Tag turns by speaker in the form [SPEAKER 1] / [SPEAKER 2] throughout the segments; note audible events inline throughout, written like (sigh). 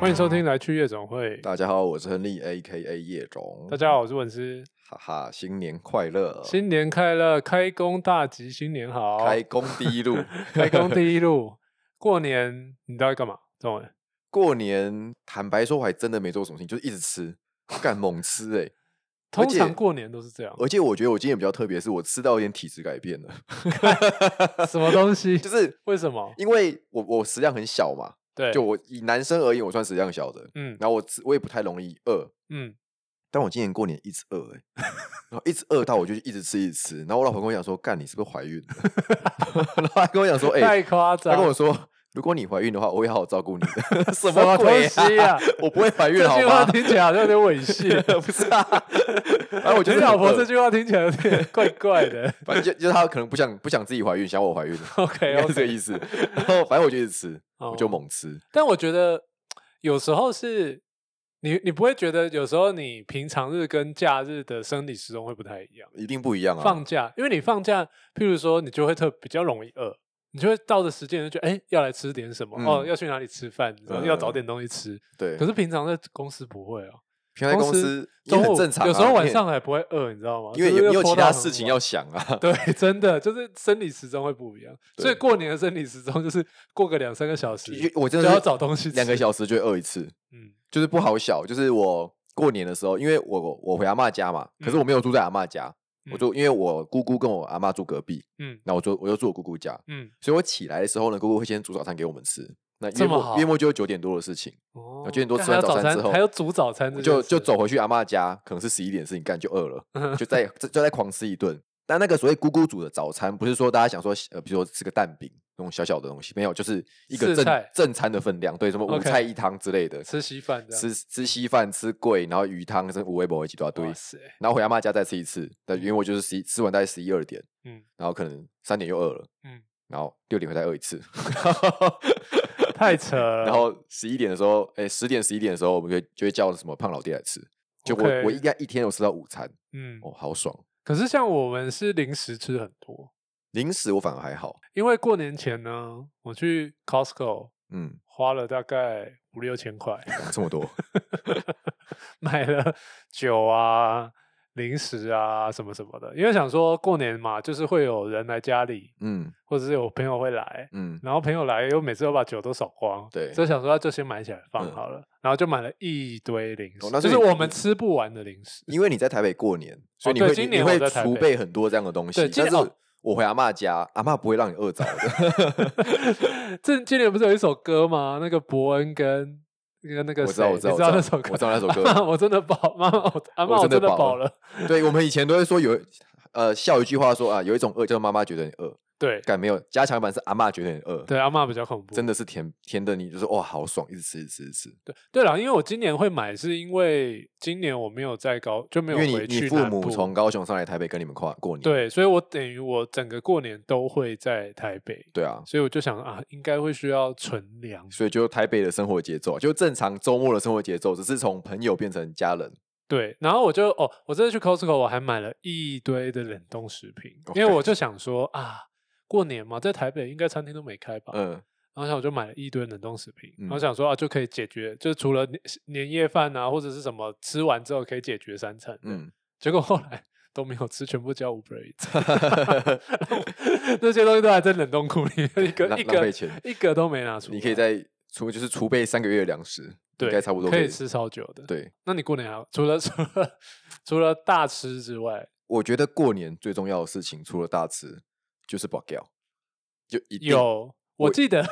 [SPEAKER 1] 欢迎收听《来去夜总会》，
[SPEAKER 2] 大家好，我是亨利，A K A 叶总。
[SPEAKER 1] 大家好，我是文思，
[SPEAKER 2] 哈哈，新年快乐！
[SPEAKER 1] 新年快乐，开工大吉，新年好，，
[SPEAKER 2] 开工第一路
[SPEAKER 1] (laughs) 开工。第一路，过年你到底干嘛？中文
[SPEAKER 2] 过年，坦白说，我还真的没做什么事情，就是一直吃，干猛吃哎、
[SPEAKER 1] 通
[SPEAKER 2] 且
[SPEAKER 1] 常过年都是这样，
[SPEAKER 2] 而且我觉得我今天比较特别，是我吃到有点体质改变了， (laughs)
[SPEAKER 1] 什么东西？
[SPEAKER 2] 就是
[SPEAKER 1] 为什么？
[SPEAKER 2] 因为我我食量很小嘛，
[SPEAKER 1] 对，
[SPEAKER 2] 就我以男生而言，我算食量小的，
[SPEAKER 1] 嗯
[SPEAKER 2] 然后我吃我也不太容易饿，
[SPEAKER 1] 嗯，
[SPEAKER 2] 但我今年过年一直饿哎、 (laughs) 然后一直饿到我就一直吃一直吃，然后我老婆跟我讲说，干你是不是怀孕了？ (laughs) 然后还跟我讲说，哎、
[SPEAKER 1] 太夸张，
[SPEAKER 2] 他跟我说，如果你怀孕的话，我会好好照顾你的。 (laughs) 什
[SPEAKER 1] 什么东
[SPEAKER 2] 鬼
[SPEAKER 1] 西啊？
[SPEAKER 2] (laughs) 我不会怀孕
[SPEAKER 1] (laughs) 这
[SPEAKER 2] 好
[SPEAKER 1] 句话
[SPEAKER 2] 吗？
[SPEAKER 1] 听起来好像有点猥亵。
[SPEAKER 2] (laughs) 不是啊， (laughs) 反正我就是
[SPEAKER 1] 你老婆这
[SPEAKER 2] 是，
[SPEAKER 1] 句话听起来有点怪怪
[SPEAKER 2] (laughs)
[SPEAKER 1] 的。
[SPEAKER 2] 反正就就是他可能不想不想自己怀孕，想我怀孕，应
[SPEAKER 1] OK
[SPEAKER 2] 该是这个
[SPEAKER 1] OK，
[SPEAKER 2] 意思。然后反正我就一直吃，我就
[SPEAKER 1] 哦
[SPEAKER 2] 猛吃。
[SPEAKER 1] 但我觉得有时候是你，你不会觉得有时候你平常日跟假日的生理时钟会不太一样。
[SPEAKER 2] 一定不一样啊！
[SPEAKER 1] 放假，因为你放假，譬如说你就会特比较容易饿，你就会到的时间就觉得，哎、要来吃点什么、哦，
[SPEAKER 2] 嗯
[SPEAKER 1] 要去哪里吃饭，然后
[SPEAKER 2] 嗯
[SPEAKER 1] 要找点东西吃。
[SPEAKER 2] 对，
[SPEAKER 1] 可是平常在公司不会哦，
[SPEAKER 2] 平常在公
[SPEAKER 1] 公司
[SPEAKER 2] 司也
[SPEAKER 1] 中
[SPEAKER 2] 很
[SPEAKER 1] 午、
[SPEAKER 2] 正常啊，
[SPEAKER 1] 有时候
[SPEAKER 2] 因
[SPEAKER 1] 晚
[SPEAKER 2] 为
[SPEAKER 1] 上还不会饿，你知道吗？
[SPEAKER 2] 因为
[SPEAKER 1] 就
[SPEAKER 2] 有
[SPEAKER 1] 是
[SPEAKER 2] 你有
[SPEAKER 1] 拖
[SPEAKER 2] 其
[SPEAKER 1] 到
[SPEAKER 2] 他
[SPEAKER 1] 很
[SPEAKER 2] 事情
[SPEAKER 1] 晚
[SPEAKER 2] 要。想
[SPEAKER 1] (laughs)
[SPEAKER 2] 啊。
[SPEAKER 1] 对，真的就是生理时钟会不一样，所以
[SPEAKER 2] 对
[SPEAKER 1] 过年的生理时钟就是过个两三个小时，
[SPEAKER 2] 就我真
[SPEAKER 1] 就
[SPEAKER 2] 的
[SPEAKER 1] 要
[SPEAKER 2] 是
[SPEAKER 1] 找东西吃。
[SPEAKER 2] 两个小时就会饿一次，
[SPEAKER 1] 嗯
[SPEAKER 2] 就是不好小。就是我过年的时候，因为我我回阿嬷家嘛，可
[SPEAKER 1] 嗯
[SPEAKER 2] 是我没有住在阿嬷家，我
[SPEAKER 1] 嗯
[SPEAKER 2] 就因为我姑姑跟我阿嬷住隔壁，
[SPEAKER 1] 嗯
[SPEAKER 2] 那我就我就住我姑姑家，
[SPEAKER 1] 嗯，
[SPEAKER 2] 所以我起来的时候呢，姑姑会先煮早餐给我们吃。那
[SPEAKER 1] 这
[SPEAKER 2] 约
[SPEAKER 1] 么
[SPEAKER 2] 莫
[SPEAKER 1] 好
[SPEAKER 2] 约莫就是九点多的事情，
[SPEAKER 1] 哦
[SPEAKER 2] 我九点多
[SPEAKER 1] 干
[SPEAKER 2] 吃
[SPEAKER 1] 还
[SPEAKER 2] 完
[SPEAKER 1] 要
[SPEAKER 2] 早
[SPEAKER 1] 早
[SPEAKER 2] 餐之后
[SPEAKER 1] 还要煮早餐这件
[SPEAKER 2] 就
[SPEAKER 1] 事，
[SPEAKER 2] 就走回去阿嬷家，可能是十一点的事情，干就饿
[SPEAKER 1] (laughs)
[SPEAKER 2] 了，就再就再狂吃一顿。但那个所谓姑姑煮的早餐，不是说大家想说呃，比如说吃个蛋饼那种小小的东西，没有，就是一个
[SPEAKER 1] 四
[SPEAKER 2] 正
[SPEAKER 1] 菜
[SPEAKER 2] 正餐的分量，对，什么五
[SPEAKER 1] OK
[SPEAKER 2] 菜一汤之类的，
[SPEAKER 1] 吃稀饭这样。
[SPEAKER 2] 吃吃稀饭、吃贵，然后鱼汤跟五味博一起都要堆
[SPEAKER 1] 哇，
[SPEAKER 2] (laughs)
[SPEAKER 1] 塞，
[SPEAKER 2] 然后回阿嬷家再吃一次，但因为我就是十一吃完大概十一二点，
[SPEAKER 1] 嗯
[SPEAKER 2] 然后可能三点又饿了，
[SPEAKER 1] 嗯，啊
[SPEAKER 2] 然后六点会再饿一次，
[SPEAKER 1] 太扯了。
[SPEAKER 2] 然后十一点的时候，哎，十点十一点的时候，我们就会就会叫什么胖老爹来吃。就我
[SPEAKER 1] OK
[SPEAKER 2] 我应该一天有吃到午餐，
[SPEAKER 1] 嗯，
[SPEAKER 2] 哦，好爽。
[SPEAKER 1] 可是像我们是零食吃很多，
[SPEAKER 2] 零食我反而还好，
[SPEAKER 1] 因为过年前呢，我去 Costco
[SPEAKER 2] 嗯，
[SPEAKER 1] 花了大概五六千块， (laughs)
[SPEAKER 2] 这么多，
[SPEAKER 1] 买了酒啊、零食啊什么什么的，因为想说过年嘛，就是会有人来家里，
[SPEAKER 2] 嗯
[SPEAKER 1] 或者是有朋友会来。
[SPEAKER 2] 嗯，
[SPEAKER 1] 然后朋友来，又每次都把酒都扫光，
[SPEAKER 2] 对
[SPEAKER 1] 所以想说就先买起来放
[SPEAKER 2] 嗯
[SPEAKER 1] 好了，然后就买了一堆零食，
[SPEAKER 2] 哦那
[SPEAKER 1] 就是是
[SPEAKER 2] 你
[SPEAKER 1] 我们吃不完的零食。
[SPEAKER 2] 因为你在 (laughs) 台北过年，所以你
[SPEAKER 1] 哦对
[SPEAKER 2] 会、
[SPEAKER 1] 今
[SPEAKER 2] 你
[SPEAKER 1] 年
[SPEAKER 2] 你
[SPEAKER 1] 我
[SPEAKER 2] 会
[SPEAKER 1] 在台
[SPEAKER 2] 储
[SPEAKER 1] 北
[SPEAKER 2] 备很多这样的东西
[SPEAKER 1] 对，今
[SPEAKER 2] 但
[SPEAKER 1] 年
[SPEAKER 2] 是
[SPEAKER 1] 哦
[SPEAKER 2] 我回阿嬷家，阿嬷不会让你饿着的。
[SPEAKER 1] 这今年不是有一首歌吗？那个伯恩跟跟那个
[SPEAKER 2] 我知道
[SPEAKER 1] 谁
[SPEAKER 2] 我知道
[SPEAKER 1] 你知道
[SPEAKER 2] 我
[SPEAKER 1] 那
[SPEAKER 2] 知道
[SPEAKER 1] 首歌，
[SPEAKER 2] 我知
[SPEAKER 1] (laughs)
[SPEAKER 2] 道那首歌
[SPEAKER 1] 阿嬷我真的饱，妈妈，我阿妈，
[SPEAKER 2] 我
[SPEAKER 1] 我
[SPEAKER 2] 真的
[SPEAKER 1] 真的
[SPEAKER 2] 饱
[SPEAKER 1] 饱
[SPEAKER 2] 了
[SPEAKER 1] 了。
[SPEAKER 2] (laughs) 对，我们以前都会说有呃笑一句话说啊，有一种饿叫妈妈觉得你饿， (laughs)
[SPEAKER 1] 对
[SPEAKER 2] 敢没有加强版是阿嬷觉得你饿，
[SPEAKER 1] 对，阿妈比较恐怖。
[SPEAKER 2] 真的是甜甜的你就是哇好爽，一直吃一直吃一直吃，
[SPEAKER 1] 对对了，因为我今年会买，是因为今年我没有在高，就没
[SPEAKER 2] 因
[SPEAKER 1] 有
[SPEAKER 2] 为
[SPEAKER 1] 回
[SPEAKER 2] 你
[SPEAKER 1] 去
[SPEAKER 2] 你父
[SPEAKER 1] 南
[SPEAKER 2] 母
[SPEAKER 1] 部
[SPEAKER 2] 从高雄上来台北跟你们跨过年，
[SPEAKER 1] 对，所以我等于我整个过年都会在台北，
[SPEAKER 2] 对啊，
[SPEAKER 1] 所以我就想啊，应该会需要存粮。
[SPEAKER 2] 所以就台北的生活节奏，啊就正常周末的生活节奏，只是从朋友变成家人。
[SPEAKER 1] 对，然后我就哦，我这次去 Costco 我还买了一堆的冷冻食品，因为
[SPEAKER 2] OK
[SPEAKER 1] 我就想说啊，过年嘛，在台北应该餐厅都没开吧，
[SPEAKER 2] 嗯，
[SPEAKER 1] 然后想我就买了一堆冷冻食品，然后
[SPEAKER 2] 嗯
[SPEAKER 1] 想说啊，就可以解决，就是除了年年夜饭啊或者是什么吃完之后可以解决三餐。嗯，
[SPEAKER 2] 嗯，
[SPEAKER 1] 结果后来都没有吃，全部叫 Uber
[SPEAKER 2] (laughs)
[SPEAKER 1] Eats，那些东西都还在冷冻库里，一个
[SPEAKER 2] 浪
[SPEAKER 1] 一
[SPEAKER 2] 浪费
[SPEAKER 1] 个
[SPEAKER 2] 钱，
[SPEAKER 1] 一个都没拿出来。
[SPEAKER 2] 你可以在储就是储备三个月的粮食，
[SPEAKER 1] 对，
[SPEAKER 2] 应该差不多
[SPEAKER 1] 可以吃超久的。，
[SPEAKER 2] 对，
[SPEAKER 1] 那你过年还要除了 (laughs) 除了除了大吃之外，
[SPEAKER 2] 我觉得过年最重要的事情，除了大吃，就是保掉，就一定
[SPEAKER 1] 有我
[SPEAKER 2] 我
[SPEAKER 1] 记得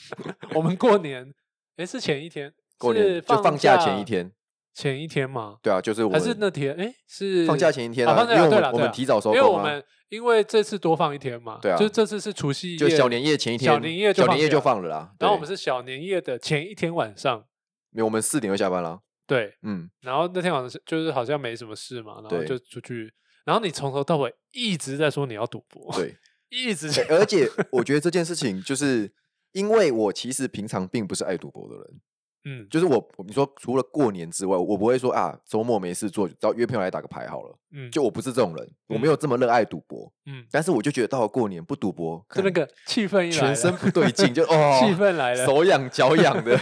[SPEAKER 1] (laughs) 我们过年诶，是前一天，
[SPEAKER 2] 过
[SPEAKER 1] 是
[SPEAKER 2] 年就放假前一
[SPEAKER 1] 假
[SPEAKER 2] 天，
[SPEAKER 1] 前一天吗？
[SPEAKER 2] 对啊，就是我
[SPEAKER 1] 还是
[SPEAKER 2] 们
[SPEAKER 1] 那天，哎，是
[SPEAKER 2] 放假前一天
[SPEAKER 1] 啊，
[SPEAKER 2] 啊
[SPEAKER 1] 放假
[SPEAKER 2] 因为我
[SPEAKER 1] 对
[SPEAKER 2] 们
[SPEAKER 1] 了，
[SPEAKER 2] 我
[SPEAKER 1] 对
[SPEAKER 2] 们
[SPEAKER 1] 啦
[SPEAKER 2] 提早收
[SPEAKER 1] 因为
[SPEAKER 2] 工
[SPEAKER 1] 我
[SPEAKER 2] 啊
[SPEAKER 1] 们因为这次多放一天嘛，
[SPEAKER 2] 对啊
[SPEAKER 1] 就是这次是除夕
[SPEAKER 2] 就
[SPEAKER 1] 夜
[SPEAKER 2] 小年夜前一天，
[SPEAKER 1] 小年夜就
[SPEAKER 2] 小年
[SPEAKER 1] 放
[SPEAKER 2] 夜就
[SPEAKER 1] 假
[SPEAKER 2] 放了啦。
[SPEAKER 1] 然后我
[SPEAKER 2] 对
[SPEAKER 1] 们是小年夜的前一天晚上，
[SPEAKER 2] 没有我们四点就下班啦。
[SPEAKER 1] 对，
[SPEAKER 2] 嗯，
[SPEAKER 1] 然后那天晚上是就是好像没什么事嘛，然后
[SPEAKER 2] 对
[SPEAKER 1] 就出去，然后你从头到尾一直在说你要赌博，，
[SPEAKER 2] 对，
[SPEAKER 1] 一直
[SPEAKER 2] 对而且我觉得这件事情就是因为我其实平常并不是爱赌博的人，
[SPEAKER 1] 嗯
[SPEAKER 2] 就是我你说除了过年之外，我不会说啊周末没事做，找约朋友来打个牌好了。
[SPEAKER 1] 嗯，
[SPEAKER 2] 就我不是这种人，我没有这么热爱赌博，
[SPEAKER 1] 嗯，
[SPEAKER 2] 但是我就觉得到了过年不赌博，
[SPEAKER 1] 就那
[SPEAKER 2] 看
[SPEAKER 1] 个气氛一来了，
[SPEAKER 2] 全身不对劲，就哦，
[SPEAKER 1] 气氛来了，
[SPEAKER 2] 手痒脚痒的。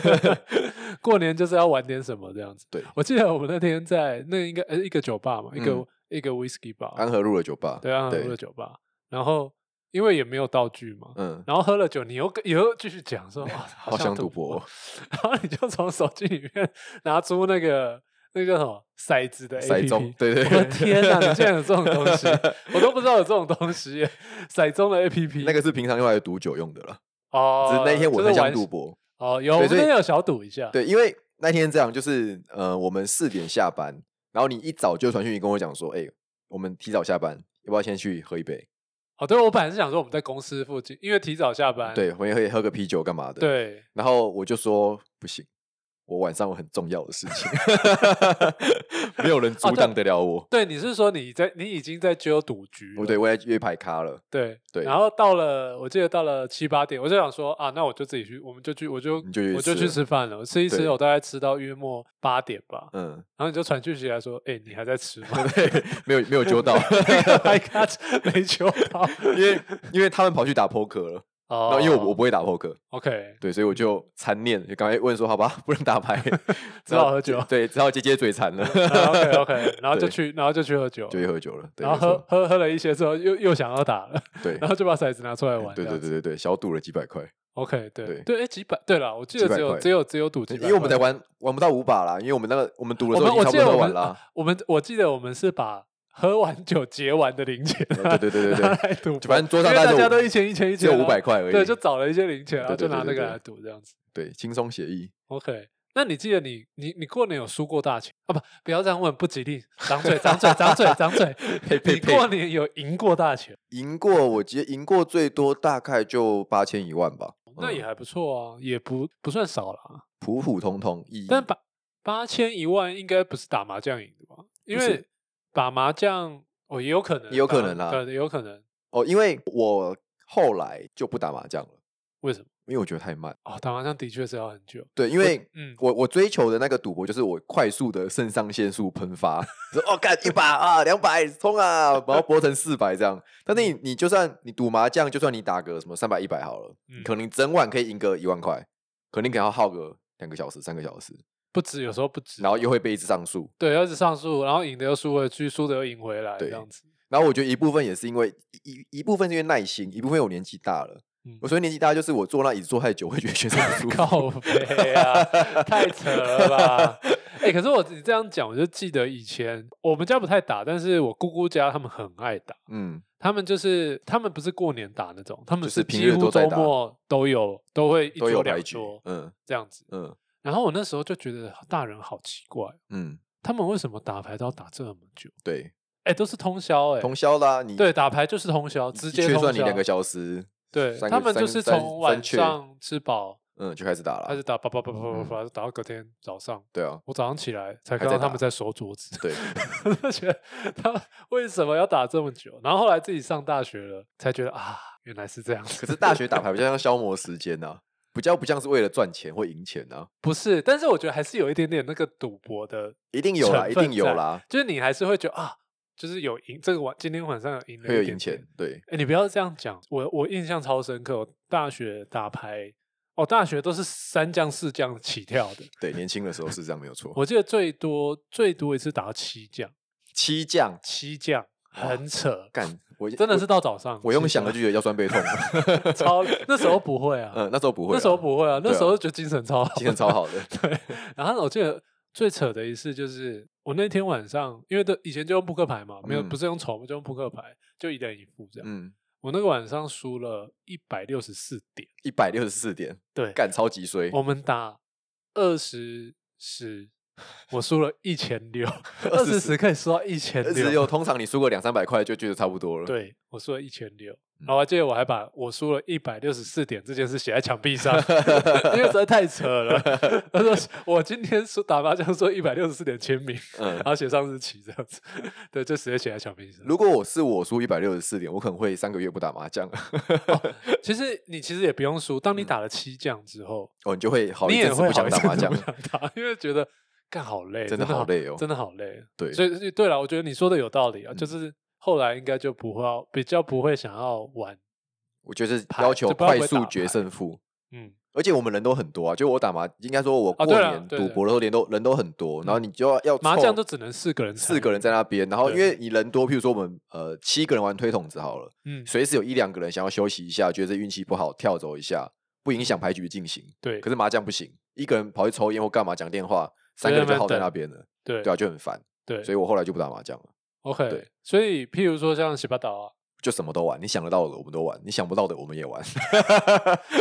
[SPEAKER 1] (laughs) 过年就是要玩点什么这样子。
[SPEAKER 2] 对
[SPEAKER 1] 我记得我们那天在那应该呃一个酒吧嘛，一个、
[SPEAKER 2] 嗯
[SPEAKER 1] 一个 whisky bar，、
[SPEAKER 2] 安和路的酒吧，
[SPEAKER 1] 对啊，一个酒吧。然后因为也没有道具嘛，
[SPEAKER 2] 嗯，
[SPEAKER 1] 然后喝了酒，你又跟也又继续讲说，哇，好
[SPEAKER 2] 好想赌
[SPEAKER 1] 博 (laughs)
[SPEAKER 2] 博
[SPEAKER 1] 哦，然后你就从手机里面拿出那个那个叫什么骰子的 APP，
[SPEAKER 2] 骰盅，对对
[SPEAKER 1] 我的
[SPEAKER 2] 对，
[SPEAKER 1] 天哪！你竟然有这种东西，我都不知道有这种东西耶。骰盅的 A P P，
[SPEAKER 2] (laughs) 那个是平常用来赌酒用的啦。
[SPEAKER 1] 哦，
[SPEAKER 2] 只是那一天我
[SPEAKER 1] 就是
[SPEAKER 2] 很想
[SPEAKER 1] 玩
[SPEAKER 2] 赌博，
[SPEAKER 1] 哦，有我们
[SPEAKER 2] 对所以
[SPEAKER 1] 那天有小赌一下，
[SPEAKER 2] 对，因为那天这样就是呃，我们四点下班，然后你一早就传讯息跟我讲说，哎，我们提早下班，要不要先去喝一杯？
[SPEAKER 1] 哦，对，我本来是想说我们在公司附近，因为提早下班，
[SPEAKER 2] 对，我们可以喝个啤酒干嘛的？。
[SPEAKER 1] 对，
[SPEAKER 2] 然后我就说不行，我晚上有很重要的事
[SPEAKER 1] (laughs)
[SPEAKER 2] 情，没有人阻挡得了我。
[SPEAKER 1] 哦对，你是说你在你已经在揪赌局了，
[SPEAKER 2] 我对我也约牌咖了，
[SPEAKER 1] 对
[SPEAKER 2] 对
[SPEAKER 1] 然后到了，我记得到了七八点，我就想说啊，那我就自己去，我们就去，我就
[SPEAKER 2] 你就去
[SPEAKER 1] 我就
[SPEAKER 2] 吃
[SPEAKER 1] 去
[SPEAKER 2] 了
[SPEAKER 1] 吃饭了，我吃一吃，
[SPEAKER 2] 对
[SPEAKER 1] 我大概吃到约莫八点吧， (laughs)
[SPEAKER 2] 嗯，
[SPEAKER 1] 然后你就传讯息来说，哎、你还在吃吗？ (laughs)
[SPEAKER 2] 对，没有没有揪到，
[SPEAKER 1] 还卡没揪到，
[SPEAKER 2] 因为因为他们跑去打 poker 了， (laughs) 然
[SPEAKER 1] 哦
[SPEAKER 2] 后因为我我不会打 poker，
[SPEAKER 1] OK，
[SPEAKER 2] 对，所以我就残念，就赶快问说好吧，不能打牌，
[SPEAKER 1] (laughs) 只好喝酒
[SPEAKER 2] 对，只好接接嘴馋
[SPEAKER 1] (laughs)
[SPEAKER 2] 了，
[SPEAKER 1] 啊 OK
[SPEAKER 2] (laughs)
[SPEAKER 1] OK，然后就
[SPEAKER 2] 对
[SPEAKER 1] 去，然后就去喝酒，
[SPEAKER 2] 就去喝酒了，对，
[SPEAKER 1] 然后
[SPEAKER 2] 没错
[SPEAKER 1] 喝喝喝了一些之后，又又想要打了，
[SPEAKER 2] 对
[SPEAKER 1] 然后就把骰子拿出来玩。这
[SPEAKER 2] 对对
[SPEAKER 1] 样子
[SPEAKER 2] 对对对，小赌了几百块，
[SPEAKER 1] ，OK，对
[SPEAKER 2] 对
[SPEAKER 1] 对，哎，几百，对了，我记得
[SPEAKER 2] 几百
[SPEAKER 1] 只有
[SPEAKER 2] 块
[SPEAKER 1] 只有只有赌几百块，
[SPEAKER 2] 因为我们才玩玩不到五把啦，因为我们那个我们赌
[SPEAKER 1] 我
[SPEAKER 2] 的时
[SPEAKER 1] 们
[SPEAKER 2] 候已
[SPEAKER 1] 我
[SPEAKER 2] 经差
[SPEAKER 1] 记
[SPEAKER 2] 不多
[SPEAKER 1] 得
[SPEAKER 2] 喝
[SPEAKER 1] 我
[SPEAKER 2] 完
[SPEAKER 1] 们 (laughs)
[SPEAKER 2] 啦，
[SPEAKER 1] 啊我们我记得我们是把喝完酒结完的零钱
[SPEAKER 2] 对
[SPEAKER 1] 拿，
[SPEAKER 2] 对对对对
[SPEAKER 1] 拿 (laughs) 来赌博，
[SPEAKER 2] 反正桌上
[SPEAKER 1] 因为
[SPEAKER 2] 大
[SPEAKER 1] 大
[SPEAKER 2] 家
[SPEAKER 1] 家
[SPEAKER 2] 都
[SPEAKER 1] 都一钱一钱一钱，
[SPEAKER 2] 只有
[SPEAKER 1] 然
[SPEAKER 2] 五
[SPEAKER 1] 后
[SPEAKER 2] 百块而已，
[SPEAKER 1] 对，就找了一些零钱，然后就
[SPEAKER 2] 对对
[SPEAKER 1] 拿那
[SPEAKER 2] 对
[SPEAKER 1] 个
[SPEAKER 2] 对对
[SPEAKER 1] 来赌这样子。
[SPEAKER 2] 对轻松协
[SPEAKER 1] (laughs)
[SPEAKER 2] 议，
[SPEAKER 1] OK，那你记得你你你过年有输过大钱啊？不，不要这样问，不吉利。长嘴，长嘴，长嘴，长
[SPEAKER 2] (laughs)
[SPEAKER 1] 嘴。
[SPEAKER 2] 呸呸
[SPEAKER 1] 你过
[SPEAKER 2] 呸！
[SPEAKER 1] 年有赢过大钱，
[SPEAKER 2] 赢过我记得赢过最多大概就八千一万吧，
[SPEAKER 1] 那
[SPEAKER 2] 嗯
[SPEAKER 1] 也还不错啊，也不不算少了。
[SPEAKER 2] 普普通通一，
[SPEAKER 1] 但八八千一万应该不是打麻将赢的吧？因
[SPEAKER 2] 不是
[SPEAKER 1] 为打麻将哦，也有可能，
[SPEAKER 2] 也有可
[SPEAKER 1] 打
[SPEAKER 2] 能啦
[SPEAKER 1] 对，也有可能。
[SPEAKER 2] 哦，因为我后来就不打麻将了，
[SPEAKER 1] 为什么？
[SPEAKER 2] 因为我觉得太慢。
[SPEAKER 1] 哦，打麻将的确是要很久。
[SPEAKER 2] 对，因为
[SPEAKER 1] 嗯，
[SPEAKER 2] 我我追求的那个赌博就是我快速的肾上腺素喷发， (laughs) 说哦干一把啊两百冲啊，然后博成四百这样。但是
[SPEAKER 1] 嗯
[SPEAKER 2] 你你就算你赌麻将，就算你打个什么三百一百好了，
[SPEAKER 1] 嗯
[SPEAKER 2] 可能整晚可以赢个一万块，可能可能要耗个两个小时三个小时，
[SPEAKER 1] 不止，有时候不止。
[SPEAKER 2] 然后又会被一直上诉。
[SPEAKER 1] 对，要一直上诉，然后赢的又输回去，输的又赢回来，这
[SPEAKER 2] 对
[SPEAKER 1] 样子。
[SPEAKER 2] 然后我觉得一部分也是因为一一一部分是因为耐心，一部分我年纪大了。
[SPEAKER 1] 嗯
[SPEAKER 2] 我所以年纪大就是我坐那椅子坐太久会觉得全身不舒服。
[SPEAKER 1] 靠背啊，太扯了吧！哎、可是我你这样讲，我就记得以前我们家不太打，但是我姑姑家他们很爱打，
[SPEAKER 2] 嗯，
[SPEAKER 1] 他们就是他们不是过年打那种，他们
[SPEAKER 2] 就是是平
[SPEAKER 1] 几
[SPEAKER 2] 日
[SPEAKER 1] 乎
[SPEAKER 2] 都在
[SPEAKER 1] 周
[SPEAKER 2] 打
[SPEAKER 1] 末都有都会一
[SPEAKER 2] 都
[SPEAKER 1] 桌
[SPEAKER 2] 有
[SPEAKER 1] 两
[SPEAKER 2] 牌局
[SPEAKER 1] 桌。
[SPEAKER 2] 嗯
[SPEAKER 1] 这样子。
[SPEAKER 2] 嗯
[SPEAKER 1] 然后我那时候就觉得大人好奇怪，哦
[SPEAKER 2] 嗯，
[SPEAKER 1] 他们为什么打牌都要打这么久？
[SPEAKER 2] 对，
[SPEAKER 1] 哎、都是通宵哎、
[SPEAKER 2] 通宵啦，你
[SPEAKER 1] 对，打牌就是通宵，
[SPEAKER 2] 你
[SPEAKER 1] 直接
[SPEAKER 2] 缺
[SPEAKER 1] 通宵。
[SPEAKER 2] 算你两个小时，
[SPEAKER 1] 对
[SPEAKER 2] 三
[SPEAKER 1] 他
[SPEAKER 2] 个
[SPEAKER 1] 们就
[SPEAKER 2] 三
[SPEAKER 1] 是
[SPEAKER 2] 三
[SPEAKER 1] 从晚
[SPEAKER 2] 三雀
[SPEAKER 1] 上吃饱，
[SPEAKER 2] 嗯就开始打
[SPEAKER 1] 开始
[SPEAKER 2] 了。
[SPEAKER 1] 打叭叭叭叭叭叭，打到隔天早上。
[SPEAKER 2] 对啊，
[SPEAKER 1] 我早上起来才
[SPEAKER 2] 嗯还
[SPEAKER 1] 看到
[SPEAKER 2] 在
[SPEAKER 1] 他们
[SPEAKER 2] 打
[SPEAKER 1] 在收桌子， (laughs)
[SPEAKER 2] 对，
[SPEAKER 1] 我就觉得他们为什么要打这么久？然后后来自己上大学了，才觉得啊，原来是这样子。
[SPEAKER 2] 可是大学打牌比较像消磨时间呐，比较不像是为了赚钱或赢钱啊，
[SPEAKER 1] 不是，但是我觉得还是有一点点那个赌博的，
[SPEAKER 2] 一定有啦，
[SPEAKER 1] 成
[SPEAKER 2] 一
[SPEAKER 1] 分
[SPEAKER 2] 定有
[SPEAKER 1] 在
[SPEAKER 2] 啦，
[SPEAKER 1] 就是你还是会觉得啊，就是有赢这个晚今天晚上有赢了
[SPEAKER 2] 会
[SPEAKER 1] 一点
[SPEAKER 2] 有赢
[SPEAKER 1] 点
[SPEAKER 2] 钱。。对，
[SPEAKER 1] 哎、你不要这样讲，我我印象超深刻，我大学打牌，哦，大学都是三将四将起跳的，
[SPEAKER 2] 对，年轻的时候是这样没有错。
[SPEAKER 1] 我记得最多最多一次打到七将，
[SPEAKER 2] 七将
[SPEAKER 1] 七将很扯， (laughs)
[SPEAKER 2] 干，我
[SPEAKER 1] 真的
[SPEAKER 2] 我
[SPEAKER 1] 是到早上，
[SPEAKER 2] 我用
[SPEAKER 1] 七
[SPEAKER 2] 想
[SPEAKER 1] 将
[SPEAKER 2] 的就觉得腰酸背痛。
[SPEAKER 1] (laughs) 超那时候不会啊，
[SPEAKER 2] (laughs) 嗯，那时候不会啊，
[SPEAKER 1] 那时候不会啊，那
[SPEAKER 2] 对
[SPEAKER 1] 时候
[SPEAKER 2] 啊
[SPEAKER 1] 就精神超好， (laughs)
[SPEAKER 2] 精神超。好的。
[SPEAKER 1] 对，然后我记得最扯的一次就是我那天晚上，因为都以前就用扑克牌嘛，没有
[SPEAKER 2] 嗯
[SPEAKER 1] 不是用筹，就用扑克牌，就一人一副这样。
[SPEAKER 2] 嗯，
[SPEAKER 1] 我那个晚上输了一百六十四点，
[SPEAKER 2] 一百六十四点，
[SPEAKER 1] 对，
[SPEAKER 2] 干超级衰。
[SPEAKER 1] 我们打二十十我输了一千
[SPEAKER 2] (laughs)
[SPEAKER 1] 六，二
[SPEAKER 2] 20
[SPEAKER 1] 十十可以输到一千
[SPEAKER 2] 只
[SPEAKER 1] 六，
[SPEAKER 2] 有通常你输个两三百块就觉得差不多了。，
[SPEAKER 1] 对我输了一千六。
[SPEAKER 2] 嗯
[SPEAKER 1] 然后我还记得我还把我输了一百六十四点这件事写在墙
[SPEAKER 2] (laughs)
[SPEAKER 1] 壁上，因为实在太扯了。他说我今天输打麻将输一百六十四点签名，
[SPEAKER 2] 嗯
[SPEAKER 1] 然，后写上日期这样子，对，就直接写在墙壁上。
[SPEAKER 2] 如果我是我输一百六十四点，我可能会三个月不打麻将，
[SPEAKER 1] 其实你其实也不用输，当你打了七将之后，
[SPEAKER 2] 哦，你就会好
[SPEAKER 1] 你
[SPEAKER 2] 一阵
[SPEAKER 1] 也
[SPEAKER 2] 子
[SPEAKER 1] 会
[SPEAKER 2] 嗯不想
[SPEAKER 1] 好一
[SPEAKER 2] 打
[SPEAKER 1] 阵
[SPEAKER 2] 麻
[SPEAKER 1] 子
[SPEAKER 2] 将
[SPEAKER 1] 不。想打，因为觉得干好累，
[SPEAKER 2] 真
[SPEAKER 1] 真
[SPEAKER 2] 的好
[SPEAKER 1] 好
[SPEAKER 2] 累哦
[SPEAKER 1] 真的好累。
[SPEAKER 2] 对，嗯
[SPEAKER 1] 所以对了，我觉得你说的有道理啊，就是后来应该就不会要比较不会想要玩，
[SPEAKER 2] 我觉得是
[SPEAKER 1] 牌
[SPEAKER 2] 要求
[SPEAKER 1] 就不知道会
[SPEAKER 2] 快
[SPEAKER 1] 不会
[SPEAKER 2] 速
[SPEAKER 1] 打
[SPEAKER 2] 决
[SPEAKER 1] 牌
[SPEAKER 2] 胜负，
[SPEAKER 1] 嗯，
[SPEAKER 2] 而且我们人都很多啊，就我打麻，应该说我过
[SPEAKER 1] 哦对啦
[SPEAKER 2] 年
[SPEAKER 1] 对
[SPEAKER 2] 赌
[SPEAKER 1] 对嗯
[SPEAKER 2] 博的时候人都人都很多，然后你就要要
[SPEAKER 1] 麻将
[SPEAKER 2] 凑
[SPEAKER 1] 都只能四个人参与，
[SPEAKER 2] 四个人在那边，然后因
[SPEAKER 1] 对
[SPEAKER 2] 为你人多，譬如说我们呃七个人玩推筒子好了，
[SPEAKER 1] 嗯，
[SPEAKER 2] 随时有一两个人想要休息一下，觉得这运气不好跳走一下，不影
[SPEAKER 1] 嗯
[SPEAKER 2] 响牌局进行。
[SPEAKER 1] 对
[SPEAKER 2] 可是麻将不行，一个人跑去抽烟或干嘛讲电话，三
[SPEAKER 1] 在
[SPEAKER 2] 个
[SPEAKER 1] 那
[SPEAKER 2] 人就
[SPEAKER 1] 边
[SPEAKER 2] 耗在
[SPEAKER 1] 等
[SPEAKER 2] 那边了，
[SPEAKER 1] 对
[SPEAKER 2] 对啊，就很烦。
[SPEAKER 1] 对
[SPEAKER 2] 所以我后来就不打麻将了，
[SPEAKER 1] ，OK
[SPEAKER 2] 对。
[SPEAKER 1] 所以譬如说像洗八岛啊，
[SPEAKER 2] 就什么都玩，你想得到的我们都玩，你想不到的我们也
[SPEAKER 1] (laughs)
[SPEAKER 2] 玩，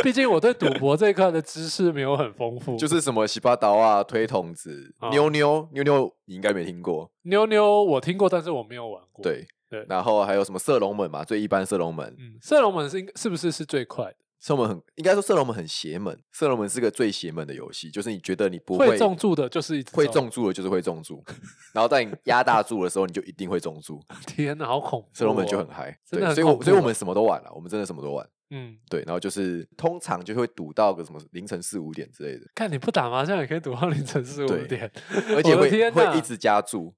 [SPEAKER 1] 毕竟我对赌博这一块的知识没有很丰富，
[SPEAKER 2] 就是什么洗八刀啊、推筒子、
[SPEAKER 1] 啊
[SPEAKER 2] 妞妞妞妞，你应该没听过，
[SPEAKER 1] 妞妞我听过，但是我没有玩过。，
[SPEAKER 2] 对
[SPEAKER 1] 对
[SPEAKER 2] 然后还有什么射龙门嘛，最一般射龙门，
[SPEAKER 1] 嗯，射龙门是应是不是是最快的？
[SPEAKER 2] 射龙门很应该说射龙门很邪门，射龙门是个最邪门的游戏，就是你觉得你不
[SPEAKER 1] 会中注的就是一直
[SPEAKER 2] 会中注了就是会中注， (laughs) 然后在你压大注的时候，你就一定会中注。
[SPEAKER 1] 天哪，好恐怖、哦！
[SPEAKER 2] 射龙门就很嗨，
[SPEAKER 1] 真
[SPEAKER 2] 对
[SPEAKER 1] 的，很
[SPEAKER 2] 所以我
[SPEAKER 1] 恐
[SPEAKER 2] 所以我
[SPEAKER 1] 怖欸
[SPEAKER 2] 们什么都玩了，我们真的什么都玩。
[SPEAKER 1] 嗯，
[SPEAKER 2] 对，然后就是通常就会赌到个什么凌晨四五点之类的，
[SPEAKER 1] 看你不打麻将也可以赌到凌晨四
[SPEAKER 2] 对
[SPEAKER 1] 五点，
[SPEAKER 2] 而且
[SPEAKER 1] 我的
[SPEAKER 2] 会
[SPEAKER 1] 天哪
[SPEAKER 2] 会一直加注，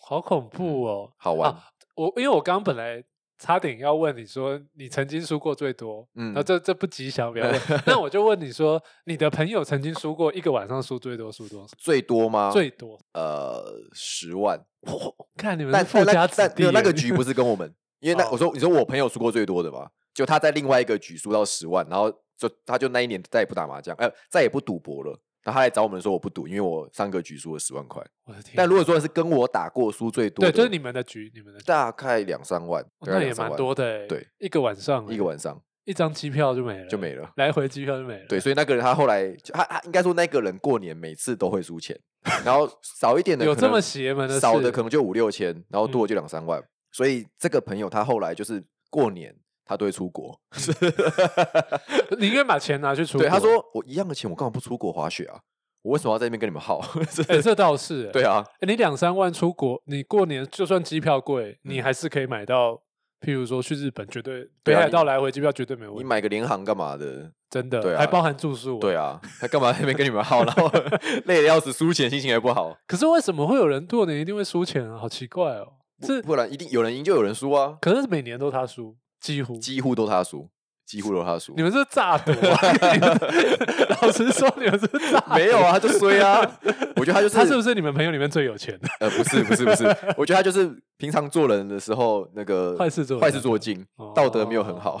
[SPEAKER 1] 好恐怖哦！
[SPEAKER 2] 好玩。
[SPEAKER 1] 啊我因为我刚刚本来差点要问你说你曾经输过最多，
[SPEAKER 2] 嗯
[SPEAKER 1] 那这这不吉祥，不要
[SPEAKER 2] (laughs)
[SPEAKER 1] 问。那我就问你说，你的朋友曾经输过一个晚上输最多输多少？
[SPEAKER 2] 最多吗？
[SPEAKER 1] 最多？
[SPEAKER 2] 呃十万，
[SPEAKER 1] 看你们
[SPEAKER 2] 但
[SPEAKER 1] 是富
[SPEAKER 2] 但
[SPEAKER 1] 家
[SPEAKER 2] 那
[SPEAKER 1] 子
[SPEAKER 2] 但没
[SPEAKER 1] 弟
[SPEAKER 2] 有
[SPEAKER 1] 耶，
[SPEAKER 2] 那个
[SPEAKER 1] (laughs)
[SPEAKER 2] 局不是跟我们，因为那
[SPEAKER 1] 哦
[SPEAKER 2] 我说你说我朋友输过最多的嘛，就他在另外一个局输到十万，然后就他就那一年再也不打麻将，呃，再也不赌博了。然后他来找我们说我不赌，因为我上个局输了十万块。
[SPEAKER 1] 我的天！
[SPEAKER 2] 但如果说是跟我打过输最多
[SPEAKER 1] 对，
[SPEAKER 2] 的，
[SPEAKER 1] 就是你们的局，你们的局。
[SPEAKER 2] 大概两三万，
[SPEAKER 1] 哦
[SPEAKER 2] 大概
[SPEAKER 1] 那也
[SPEAKER 2] 两三
[SPEAKER 1] 蛮
[SPEAKER 2] 万
[SPEAKER 1] 多的欸，
[SPEAKER 2] 对
[SPEAKER 1] 一个晚上欸，
[SPEAKER 2] 一个晚上
[SPEAKER 1] 一张机票就没了，
[SPEAKER 2] 就没了。
[SPEAKER 1] 来回机票就没了。
[SPEAKER 2] 对，所以那个人他后来就他他应该说那个人过年每次都会输钱，然后少一点的
[SPEAKER 1] 有
[SPEAKER 2] 可
[SPEAKER 1] 这
[SPEAKER 2] 能
[SPEAKER 1] 么邪门的
[SPEAKER 2] 少的
[SPEAKER 1] 事嗯
[SPEAKER 2] 可能就五六千，然后多的就两三万。所以这个朋友他后来就是过年他都会出国，
[SPEAKER 1] 你宁愿把钱拿去出国。
[SPEAKER 2] 对他说我一样的钱我干嘛不出国滑雪啊？我为什么要在那边跟你们耗？ (laughs) 是
[SPEAKER 1] (laughs) 哎、这倒是、欸，
[SPEAKER 2] 对啊，
[SPEAKER 1] 欸你两三万出国，你过年就算机票贵，你
[SPEAKER 2] 嗯
[SPEAKER 1] 还是可以买到。譬如说去日本，绝对北
[SPEAKER 2] 对啊
[SPEAKER 1] 海
[SPEAKER 2] 你
[SPEAKER 1] 道来回机票绝对没
[SPEAKER 2] 你
[SPEAKER 1] 问题，
[SPEAKER 2] 买个联航干嘛的？
[SPEAKER 1] 真的，
[SPEAKER 2] 对啊
[SPEAKER 1] 还包含住宿。
[SPEAKER 2] 对，啊，他干嘛在那边跟你们耗？ (laughs) 然
[SPEAKER 1] (laughs)
[SPEAKER 2] 后累得要死，输钱心情也不好。
[SPEAKER 1] 可是为什么会有人过年一定会输钱啊？好奇怪哦！是，
[SPEAKER 2] (laughs) 不然一定有人赢就有人输啊，
[SPEAKER 1] 可是每年都他输，几乎。
[SPEAKER 2] 几乎都他输，几乎都他输
[SPEAKER 1] 你。们是诈赌啊！
[SPEAKER 2] (laughs)
[SPEAKER 1] 你们老实说，你们是诈赌
[SPEAKER 2] 没有啊，他就衰啊。
[SPEAKER 1] (laughs)
[SPEAKER 2] 我觉得他就是
[SPEAKER 1] 他是不是你们朋友里面最有钱的？ (laughs)
[SPEAKER 2] 呃，不是不是不是，我觉得他就是平常做人的时候那个
[SPEAKER 1] 坏事做
[SPEAKER 2] 坏
[SPEAKER 1] 人
[SPEAKER 2] 事
[SPEAKER 1] 啊
[SPEAKER 2] 做尽，道德没有很
[SPEAKER 1] 哦 (laughs)
[SPEAKER 2] 好，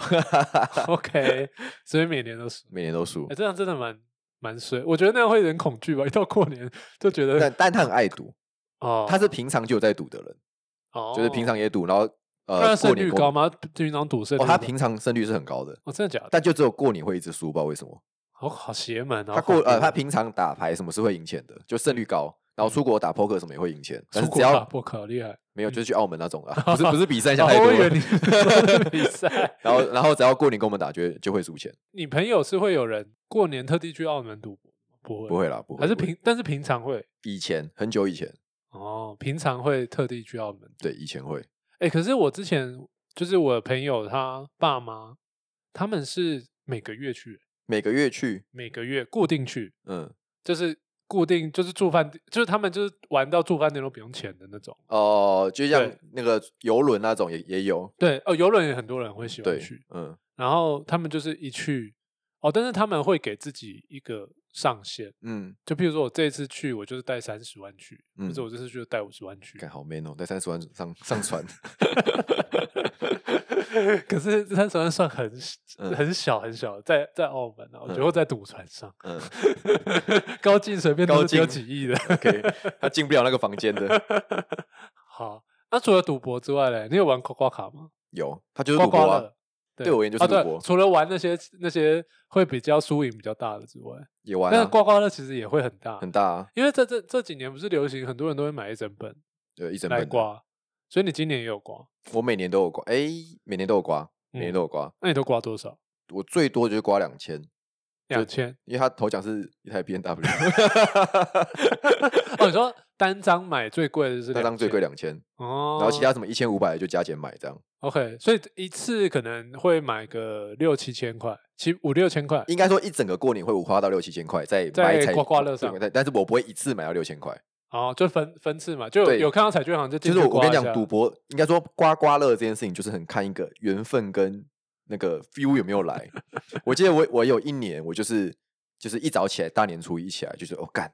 [SPEAKER 1] OK，所以每年都是，
[SPEAKER 2] 每年都输
[SPEAKER 1] 哎、。这样真的蛮蛮衰。我觉得那样会有点恐惧吧，一到过年就觉得
[SPEAKER 2] 但但他很爱赌，
[SPEAKER 1] 哦，
[SPEAKER 2] 他是平常就有在赌的人，
[SPEAKER 1] 哦
[SPEAKER 2] 就是平常也赌，然后
[SPEAKER 1] 那
[SPEAKER 2] 呃过
[SPEAKER 1] 胜
[SPEAKER 2] 年
[SPEAKER 1] 率
[SPEAKER 2] 过
[SPEAKER 1] 高吗？平常赌胜率
[SPEAKER 2] 哦，他
[SPEAKER 1] 吗
[SPEAKER 2] 平常胜率是很高的，
[SPEAKER 1] 哦，真的假的？
[SPEAKER 2] 但就只有过年会一直输，不知道为什么。
[SPEAKER 1] 好好邪门啊！
[SPEAKER 2] 他过
[SPEAKER 1] 好恐
[SPEAKER 2] 呃
[SPEAKER 1] 怖
[SPEAKER 2] 他平常打牌什么是会赢钱的，就胜率高。然后出国打 poker 什么也会赢钱，但是
[SPEAKER 1] 嗯出
[SPEAKER 2] 只
[SPEAKER 1] 国打
[SPEAKER 2] 要
[SPEAKER 1] 破克好厉害，
[SPEAKER 2] 没有就是去澳门那种啊，不是不是比赛
[SPEAKER 1] (laughs) 哦
[SPEAKER 2] 像太多
[SPEAKER 1] 我以为
[SPEAKER 2] 了
[SPEAKER 1] 你 (laughs) 说
[SPEAKER 2] (laughs)
[SPEAKER 1] 的比赛。
[SPEAKER 2] 然后然后只要过年跟我们打，就会就会输钱。
[SPEAKER 1] 你朋友是会有人过年特地去澳门赌博吗？不会，
[SPEAKER 2] 不会啦，不会。
[SPEAKER 1] 还是
[SPEAKER 2] 不会
[SPEAKER 1] 平，但是平常会
[SPEAKER 2] 以前很久以前，
[SPEAKER 1] 哦，平常会特地去澳门。
[SPEAKER 2] 对以前会。
[SPEAKER 1] 哎、可是我之前就是我朋友他爸妈，他们是每个月去，
[SPEAKER 2] 每个月去，
[SPEAKER 1] 每个月固定去，
[SPEAKER 2] 嗯，
[SPEAKER 1] 就是固定就是住饭店，就是他们就是玩到住饭店都不用钱的那种。
[SPEAKER 2] 哦，就像
[SPEAKER 1] 对
[SPEAKER 2] 那个游轮那种也也有，
[SPEAKER 1] 对，哦，游轮也很多人会喜欢
[SPEAKER 2] 对
[SPEAKER 1] 去，，
[SPEAKER 2] 嗯，
[SPEAKER 1] 然后他们就是一去，哦，但是他们会给自己一个上限，
[SPEAKER 2] 嗯，
[SPEAKER 1] 就譬如说我这一次去，我就是带三十万去，或者
[SPEAKER 2] 嗯
[SPEAKER 1] 我这次去就带五十万去。
[SPEAKER 2] 看好 man 哦，在三十万上上船，
[SPEAKER 1] (laughs) 可是三十万算很
[SPEAKER 2] 嗯
[SPEAKER 1] 很小很小，在在澳门啊，我觉得在赌船上，
[SPEAKER 2] 嗯
[SPEAKER 1] (laughs) 高进随便都
[SPEAKER 2] 高
[SPEAKER 1] 是只有
[SPEAKER 2] 进
[SPEAKER 1] 几亿的。 (laughs)
[SPEAKER 2] ，OK，他进不了那个房间的。
[SPEAKER 1] 好，那除了赌博之外嘞，你有玩刮刮卡吗？
[SPEAKER 2] 有，他就是
[SPEAKER 1] 刮
[SPEAKER 2] 赌博
[SPEAKER 1] 刮
[SPEAKER 2] 啊
[SPEAKER 1] 乐，
[SPEAKER 2] 对我而言就是
[SPEAKER 1] 啊对
[SPEAKER 2] 赌博
[SPEAKER 1] 除了玩那些那些会比较输赢比较大的之外，
[SPEAKER 2] 也玩
[SPEAKER 1] 那个
[SPEAKER 2] 啊，
[SPEAKER 1] 刮刮乐其实也会很大，
[SPEAKER 2] 很大啊，
[SPEAKER 1] 因为这这这几年不是流行，很多人都会买一整本
[SPEAKER 2] 对，一整
[SPEAKER 1] 来
[SPEAKER 2] 本的。
[SPEAKER 1] 刮，所以你今年也有刮，
[SPEAKER 2] 我每年都有刮，哎，每年都有刮，每年
[SPEAKER 1] 嗯
[SPEAKER 2] 都有刮。
[SPEAKER 1] 那你都刮多少？
[SPEAKER 2] 我最多就是刮两千，
[SPEAKER 1] 两千
[SPEAKER 2] 因为他头奖是一台 B
[SPEAKER 1] (laughs)
[SPEAKER 2] N W，
[SPEAKER 1] 哦，你说单张买最贵的就是
[SPEAKER 2] 那张最贵
[SPEAKER 1] 2000
[SPEAKER 2] 两千，
[SPEAKER 1] 哦，
[SPEAKER 2] 然后其他什么一千五百就加减买这样，
[SPEAKER 1] OK，所以一次可能会买个六七千块，七五六千块，
[SPEAKER 2] 应该说一整个过年会五花到六七千块再
[SPEAKER 1] 在
[SPEAKER 2] 买一台
[SPEAKER 1] 刮刮乐上
[SPEAKER 2] 对但是我不会一次买到六千块。
[SPEAKER 1] 哦，就分分次嘛，就有
[SPEAKER 2] 对
[SPEAKER 1] 有看到彩券行就
[SPEAKER 2] 其
[SPEAKER 1] 进
[SPEAKER 2] 实
[SPEAKER 1] 去
[SPEAKER 2] 我我
[SPEAKER 1] 刮
[SPEAKER 2] 跟
[SPEAKER 1] 一
[SPEAKER 2] 你
[SPEAKER 1] 下
[SPEAKER 2] 讲，赌博应该说刮刮乐这件事情，就是很看一个缘分跟那个 feel 有没有来。我记得我我有一年，我就是就是一早起来，大年初一起来，就是哦干，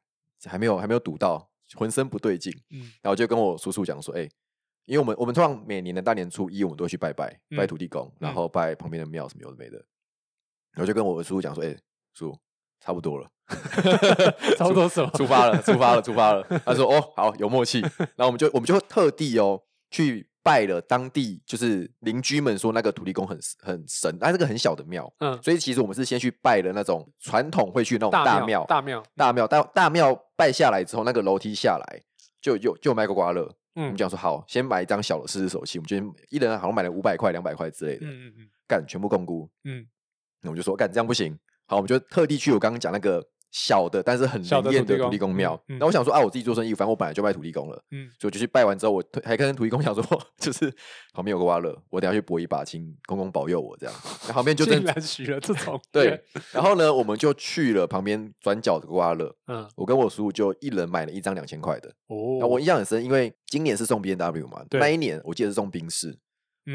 [SPEAKER 2] 还没有还没有赌到，浑身不对劲，
[SPEAKER 1] 嗯
[SPEAKER 2] 然后就跟我叔叔讲说，哎、因为我们我们通常每年的大年初一，我们都会去拜拜，拜
[SPEAKER 1] 嗯
[SPEAKER 2] 土地公，然
[SPEAKER 1] 嗯
[SPEAKER 2] 后拜旁边的庙什么有的没的，然后就跟我叔叔讲说，哎、叔，差不多了。
[SPEAKER 1] 差不多什么？
[SPEAKER 2] 出发了， (laughs) 出发了，出发了。他说：“哦，好，有默契。”然后我们就我们就特地哦去拜了当地，就是邻居们说那个土地公很很神，但是个很小的庙，
[SPEAKER 1] 嗯，
[SPEAKER 2] 所以其实我们是先去拜了那种传统会去那种
[SPEAKER 1] 大
[SPEAKER 2] 庙，
[SPEAKER 1] 大庙，
[SPEAKER 2] 大庙大大庙拜下来之后，那个楼梯下来就就就卖刮刮乐。
[SPEAKER 1] 嗯
[SPEAKER 2] 我们讲说好，先买一张小的试试手气，我们就先一人好像买了五百块、两百块之类
[SPEAKER 1] 嗯
[SPEAKER 2] 的，
[SPEAKER 1] 嗯嗯
[SPEAKER 2] 干全部共估。
[SPEAKER 1] 嗯，
[SPEAKER 2] 我们就说干这样不行，好，我们就特地去我刚刚讲那个小的，但是很
[SPEAKER 1] 小的
[SPEAKER 2] 灵验
[SPEAKER 1] 土地
[SPEAKER 2] 的土
[SPEAKER 1] 公
[SPEAKER 2] 地公庙。
[SPEAKER 1] 嗯嗯
[SPEAKER 2] 然后我想说啊，我自己做生意，反正我本来就拜土地公了，
[SPEAKER 1] 嗯
[SPEAKER 2] 所以我就去拜完之后，我推还跟土地公讲说，就是旁边有个刮乐，我等下去搏一把，请公公保佑我这样。然后旁边就真
[SPEAKER 1] 竟
[SPEAKER 2] 的
[SPEAKER 1] 然许了这 (laughs) 种
[SPEAKER 2] 对，，然后呢，我们就去了旁边转角的刮乐，
[SPEAKER 1] 嗯
[SPEAKER 2] 我跟我叔叔就一人买了一张两千块的。
[SPEAKER 1] 哦
[SPEAKER 2] 然后我印象很深，因为今年是送 B N W 嘛，
[SPEAKER 1] 对
[SPEAKER 2] 那一年我记得是送宾士，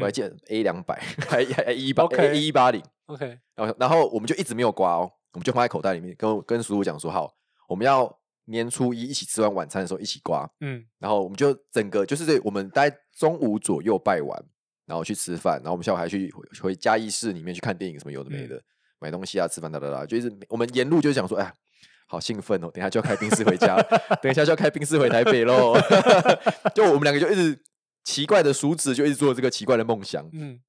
[SPEAKER 2] 我还
[SPEAKER 1] 嗯
[SPEAKER 2] 记得 A 两百， (laughs) 还还一八
[SPEAKER 1] OK
[SPEAKER 2] 一八零。
[SPEAKER 1] OK，
[SPEAKER 2] 然后然后我们就一直没有刮哦，我们就放在口袋里面，跟我跟叔叔讲说好，我们要年初一一起吃完晚餐的时候一起刮，
[SPEAKER 1] 嗯
[SPEAKER 2] 然后我们就整个就是这我们大概中午左右拜完，然后去吃饭，然后我们下午还去回回嘉义市里面去看电影什么有的没的，买东西啊，吃饭哒哒哒，就一直我们沿路就想说，哎呀。好兴奋哦！等一下就要开宾士回家了，等一下就要开宾士回台北喽。 (laughs) 就我们两个就一直奇怪的叔侄就一直做这个奇怪的梦想，
[SPEAKER 1] 嗯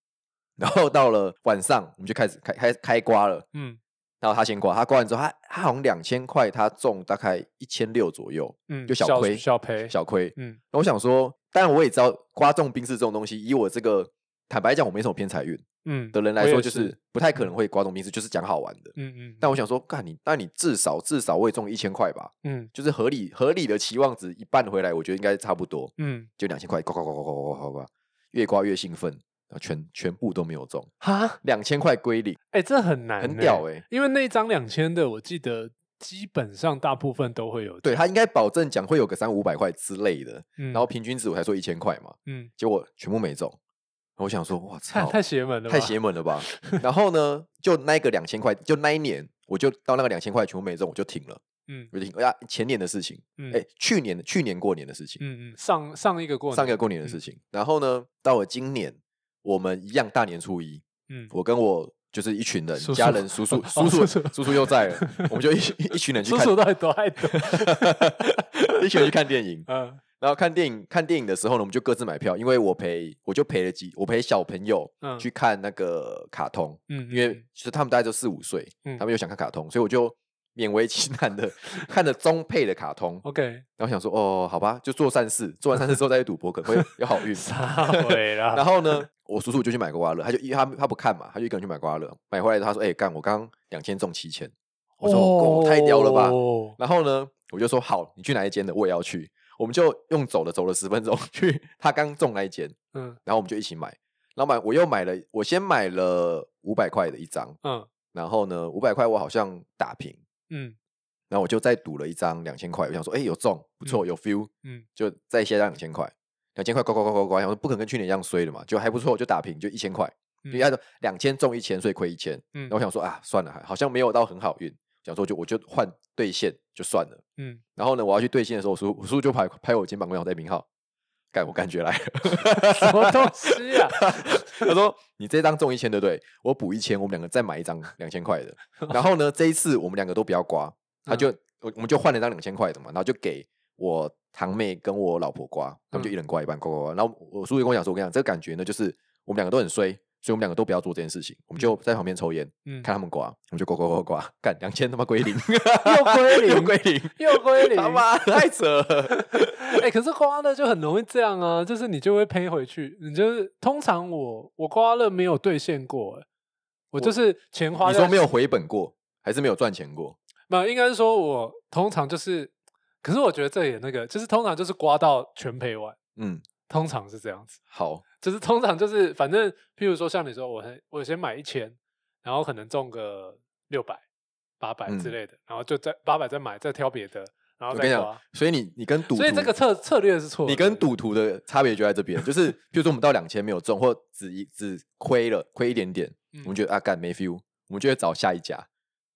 [SPEAKER 2] 然后到了晚上我们就开始开开开刮了，
[SPEAKER 1] 嗯
[SPEAKER 2] 然后他先刮，他刮完之后，他他好像两千块，他中大概一千六左右，
[SPEAKER 1] 嗯，
[SPEAKER 2] 就小亏
[SPEAKER 1] 小赔，
[SPEAKER 2] 小亏。
[SPEAKER 1] 嗯
[SPEAKER 2] 那我想说，当然我也知道刮中冰室这种东西，以我这个坦白讲，我没什么偏财运
[SPEAKER 1] 嗯
[SPEAKER 2] 的人
[SPEAKER 1] 我
[SPEAKER 2] 来
[SPEAKER 1] 也
[SPEAKER 2] 说，就是是不太可能会刮中冰室，就是讲好玩的。
[SPEAKER 1] 嗯嗯，
[SPEAKER 2] 但我想说，干你，那你至少至少我也中一千块吧，
[SPEAKER 1] 嗯
[SPEAKER 2] 就是合理合理的期望值一半回来，我觉得应该差不多，
[SPEAKER 1] 嗯
[SPEAKER 2] 就两千块，刮刮刮刮刮刮刮刮，越刮越兴奋，然后全全部都没有中，
[SPEAKER 1] 哈，
[SPEAKER 2] 两千块归零，
[SPEAKER 1] 哎，这很难，
[SPEAKER 2] 很屌哎、
[SPEAKER 1] 因为那一张两千的，我记得基本上大部分都会有，
[SPEAKER 2] 对他应该保证讲会有个三五百块之类的，
[SPEAKER 1] 嗯，
[SPEAKER 2] 然后平均值我才说一千块嘛，
[SPEAKER 1] 嗯，
[SPEAKER 2] 结果全部没中。我想说，哇
[SPEAKER 1] 太 (laughs)
[SPEAKER 2] 操，
[SPEAKER 1] 太邪门了吧，
[SPEAKER 2] 太邪门了吧！ (laughs) 然后呢，就那一个两千块，就那一年，我就到那个两千块全部没中，我就停了，
[SPEAKER 1] 嗯
[SPEAKER 2] 我就停。哎呀，前年的事情，
[SPEAKER 1] 嗯
[SPEAKER 2] 哎、去年去年过年的事情，
[SPEAKER 1] 嗯嗯，上上一个过
[SPEAKER 2] 上个
[SPEAKER 1] 年
[SPEAKER 2] 过年的
[SPEAKER 1] 嗯
[SPEAKER 2] 事情。然后呢，到了今年，我们一样大年初一，
[SPEAKER 1] 嗯
[SPEAKER 2] 我跟我就是一群人，
[SPEAKER 1] 叔
[SPEAKER 2] 家
[SPEAKER 1] 叔
[SPEAKER 2] 人，叔叔，
[SPEAKER 1] 哦
[SPEAKER 2] 叔叔，
[SPEAKER 1] 叔叔
[SPEAKER 2] 叔叔又
[SPEAKER 1] (laughs)
[SPEAKER 2] 在了，我们就一一群人去
[SPEAKER 1] 叔
[SPEAKER 2] 看
[SPEAKER 1] 叔，到底多爱赌？
[SPEAKER 2] (laughs) 一群人去看电影。
[SPEAKER 1] 嗯
[SPEAKER 2] 然后看电影，看电影的时候呢，我们就各自买票，因为我陪我就陪了几，我陪小朋友
[SPEAKER 1] 嗯
[SPEAKER 2] 去看那个卡通，
[SPEAKER 1] 嗯，
[SPEAKER 2] 因为其实他们大概就四五岁，
[SPEAKER 1] 嗯
[SPEAKER 2] 他们又想看卡通，所以我就勉为其难
[SPEAKER 1] (laughs)
[SPEAKER 2] 的看了中配的卡通，
[SPEAKER 1] OK。
[SPEAKER 2] 然后想说哦，好吧，就做善事，做完善事之后再去赌博，可能会有好
[SPEAKER 1] (laughs)
[SPEAKER 2] 运
[SPEAKER 1] 撒
[SPEAKER 2] (laughs)
[SPEAKER 1] 回啊啦，
[SPEAKER 2] 然后呢，我叔叔就去买刮刮乐，他就一他他不看嘛，他就一个人去买刮刮乐，买回来之后他说，哎、干，我刚刚两千中七千，我说哦，太屌了吧，
[SPEAKER 1] 哦
[SPEAKER 2] 然后呢，我就说好，你去哪一间的，我也要去。我们就用走的走了十分钟 (laughs) 去他刚中那一间，
[SPEAKER 1] 嗯
[SPEAKER 2] 然后我们就一起买。然后买我又买了，我先买了五百块的一张，
[SPEAKER 1] 嗯
[SPEAKER 2] 然后呢五百块我好像打平，
[SPEAKER 1] 嗯
[SPEAKER 2] 然后我就再赌了一张两千块，我想说哎有中不错有 feel，
[SPEAKER 1] 嗯
[SPEAKER 2] 就再下两千块，两千块刮刮刮刮刮，想说不可能跟去年一样衰的嘛，就还不错就打平就一千块，
[SPEAKER 1] 嗯
[SPEAKER 2] 人家说两千中一千所以亏一千，
[SPEAKER 1] 嗯
[SPEAKER 2] 然后我想说啊算了，好像没有到很好运，想说就我就换兑现就算了。 (laughs)
[SPEAKER 1] 嗯，
[SPEAKER 2] 然后呢，我要去兑现的时候，我叔我叔就拍拍我肩膀，跟我讲：“哎，明浩，干我感觉来了。
[SPEAKER 1] (laughs) 什么
[SPEAKER 2] (laughs)
[SPEAKER 1] 东西啊？
[SPEAKER 2] 他说：“你这张中一千，对不对？我补一千，我们两个再买一张两
[SPEAKER 1] (laughs)
[SPEAKER 2] 千块的。然后呢，这一次我们两个都不要刮，他
[SPEAKER 1] 嗯
[SPEAKER 2] 就、我我们就换了一张两千块的嘛，然后就给我堂妹跟我老婆刮，他们就
[SPEAKER 1] 嗯
[SPEAKER 2] 一人刮一半，刮刮刮。然后我叔就跟我讲说：我跟你讲，这个感觉呢，就是我们两个都很衰，所以我们两个都不要做这件事情，我们就在旁边抽烟，
[SPEAKER 1] 嗯，
[SPEAKER 2] 看他们刮，我们就刮刮刮刮，干两千他妈归
[SPEAKER 1] (laughs)
[SPEAKER 2] 零，
[SPEAKER 1] 又归
[SPEAKER 2] 又
[SPEAKER 1] 零，
[SPEAKER 2] 归零，
[SPEAKER 1] 又归零，
[SPEAKER 2] 他妈太扯了，
[SPEAKER 1] 哎、可是刮刮乐就很容易这样啊，就是你就会赔回去。你就是通常我我刮刮乐没有兑现过、欸，我就是钱 (laughs) 花
[SPEAKER 2] 你说
[SPEAKER 1] 在
[SPEAKER 2] 没有回本过，还是没有赚钱过？
[SPEAKER 1] 没有，应该是说我通常就是，可是我觉得这也那个，就是通常就是刮到全赔完，
[SPEAKER 2] 嗯，
[SPEAKER 1] 通常是这样子，
[SPEAKER 2] 好，
[SPEAKER 1] 就是通常就是反正，譬如说像你说，我很我先买一千，然后可能中个六百、八百之
[SPEAKER 2] 嗯
[SPEAKER 1] 类的，然后就再八百再买，再挑别的，然后
[SPEAKER 2] 我跟你
[SPEAKER 1] 再
[SPEAKER 2] 讲
[SPEAKER 1] 刮。，
[SPEAKER 2] 所以你你跟赌徒，
[SPEAKER 1] 所以这个策策略是错的，
[SPEAKER 2] 你跟赌徒的差别就在这边，就是比如说我们到两千没有中，或只一只亏了，亏一点点，
[SPEAKER 1] 嗯
[SPEAKER 2] 我们觉得啊干没 feel，我们就会找下一家。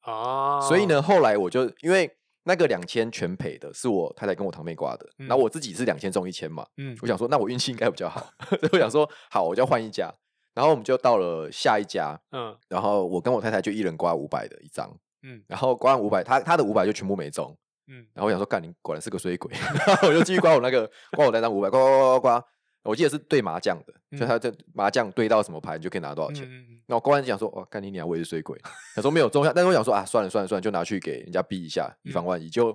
[SPEAKER 1] 啊，
[SPEAKER 2] 所以，呢，后来我就因为那个两千全赔的是我太太跟我堂妹挂的，
[SPEAKER 1] 嗯
[SPEAKER 2] 然后我自己是两千中一千嘛，
[SPEAKER 1] 嗯
[SPEAKER 2] 我想说那我运气应该比较好， (laughs) 所以我想说好我就要换一家，然后我们就到了下一家，
[SPEAKER 1] 嗯
[SPEAKER 2] 然后我跟我太太就一人刮五百的一张，
[SPEAKER 1] 嗯
[SPEAKER 2] 然后刮完五百，她她的五百就全部没中，
[SPEAKER 1] 嗯
[SPEAKER 2] 然后我想说，干你果然是个衰鬼， (laughs) 然后我就继续刮我那个刮我那张五百，刮刮刮刮刮，我记得是对麻将的，就
[SPEAKER 1] 嗯
[SPEAKER 2] 他这麻将对到什么牌，你就可以拿多少
[SPEAKER 1] 嗯
[SPEAKER 2] 钱。
[SPEAKER 1] 嗯
[SPEAKER 2] (laughs)
[SPEAKER 1] 嗯
[SPEAKER 2] 那我刮完就想说，哇，干你娘，我也是衰鬼。想说没有中下，但是我想说啊，算了算了算了，就拿去给人家逼一下，
[SPEAKER 1] 嗯
[SPEAKER 2] 以防万一。就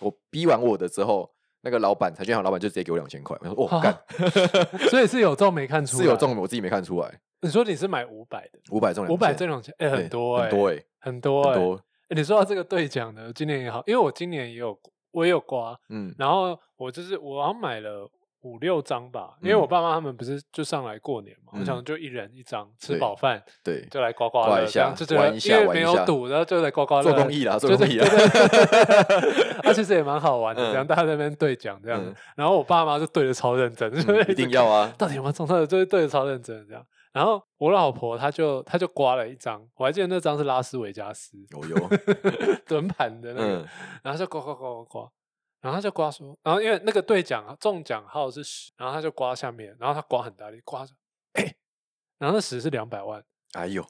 [SPEAKER 2] 我逼完我的之后，那个老板财券行老板就直接给我两千块，我想说，哦，
[SPEAKER 1] (laughs)
[SPEAKER 2] 干
[SPEAKER 1] 嗯所以是有中没看出来，
[SPEAKER 2] 是有。中，我自己没看出来，
[SPEAKER 1] 你说你是买五百的，
[SPEAKER 2] 五百中
[SPEAKER 1] 五百
[SPEAKER 2] 2000
[SPEAKER 1] 这种钱，哎、
[SPEAKER 2] 对
[SPEAKER 1] 很多、哎，
[SPEAKER 2] 很多哎，
[SPEAKER 1] 很多、
[SPEAKER 2] 很
[SPEAKER 1] 哎
[SPEAKER 2] 多，
[SPEAKER 1] 哎你说到这个兑奖的，今年也好，因为我今年也有，我也有刮，
[SPEAKER 2] 嗯
[SPEAKER 1] 然后我就是我好像买了五六张吧，因为我
[SPEAKER 2] 嗯
[SPEAKER 1] 爸妈他们不是就上来过年嘛，我
[SPEAKER 2] 嗯
[SPEAKER 1] 想就一人一张，吃
[SPEAKER 2] 对
[SPEAKER 1] 饱饭
[SPEAKER 2] 对，
[SPEAKER 1] 就来刮刮
[SPEAKER 2] 刮
[SPEAKER 1] 乐，
[SPEAKER 2] 一
[SPEAKER 1] 这样
[SPEAKER 2] 下
[SPEAKER 1] 就觉
[SPEAKER 2] 玩
[SPEAKER 1] 得
[SPEAKER 2] 一
[SPEAKER 1] 因
[SPEAKER 2] 下
[SPEAKER 1] 为
[SPEAKER 2] 玩
[SPEAKER 1] 没
[SPEAKER 2] 一
[SPEAKER 1] 有
[SPEAKER 2] 下
[SPEAKER 1] 赌，然后就来刮刮乐，
[SPEAKER 2] 做公益啦，做
[SPEAKER 1] 就
[SPEAKER 2] 公
[SPEAKER 1] 是
[SPEAKER 2] 益啦，啊
[SPEAKER 1] 对对 (laughs) 啊，其实也蛮好玩的，
[SPEAKER 2] 嗯
[SPEAKER 1] 这样大家在那边对奖这样子
[SPEAKER 2] 嗯，
[SPEAKER 1] 然后我爸妈就对的超认真， (laughs) 就
[SPEAKER 2] 嗯
[SPEAKER 1] 是直
[SPEAKER 2] 一定要啊，
[SPEAKER 1] 到底有没有中？他的就是对的超认真这样。然后我老婆她就她就刮了一张，我还记得那张是拉斯维加斯 (laughs)
[SPEAKER 2] 有有，
[SPEAKER 1] 轮盘的那个，
[SPEAKER 2] 嗯
[SPEAKER 1] 然后她就刮刮刮刮刮，然后她就刮说，然后因为那个兑奖中奖号是十，然后她就刮下面，然后她刮很大力，刮着，哎、然后那十是两百万，(laughs)
[SPEAKER 2] 哎呦，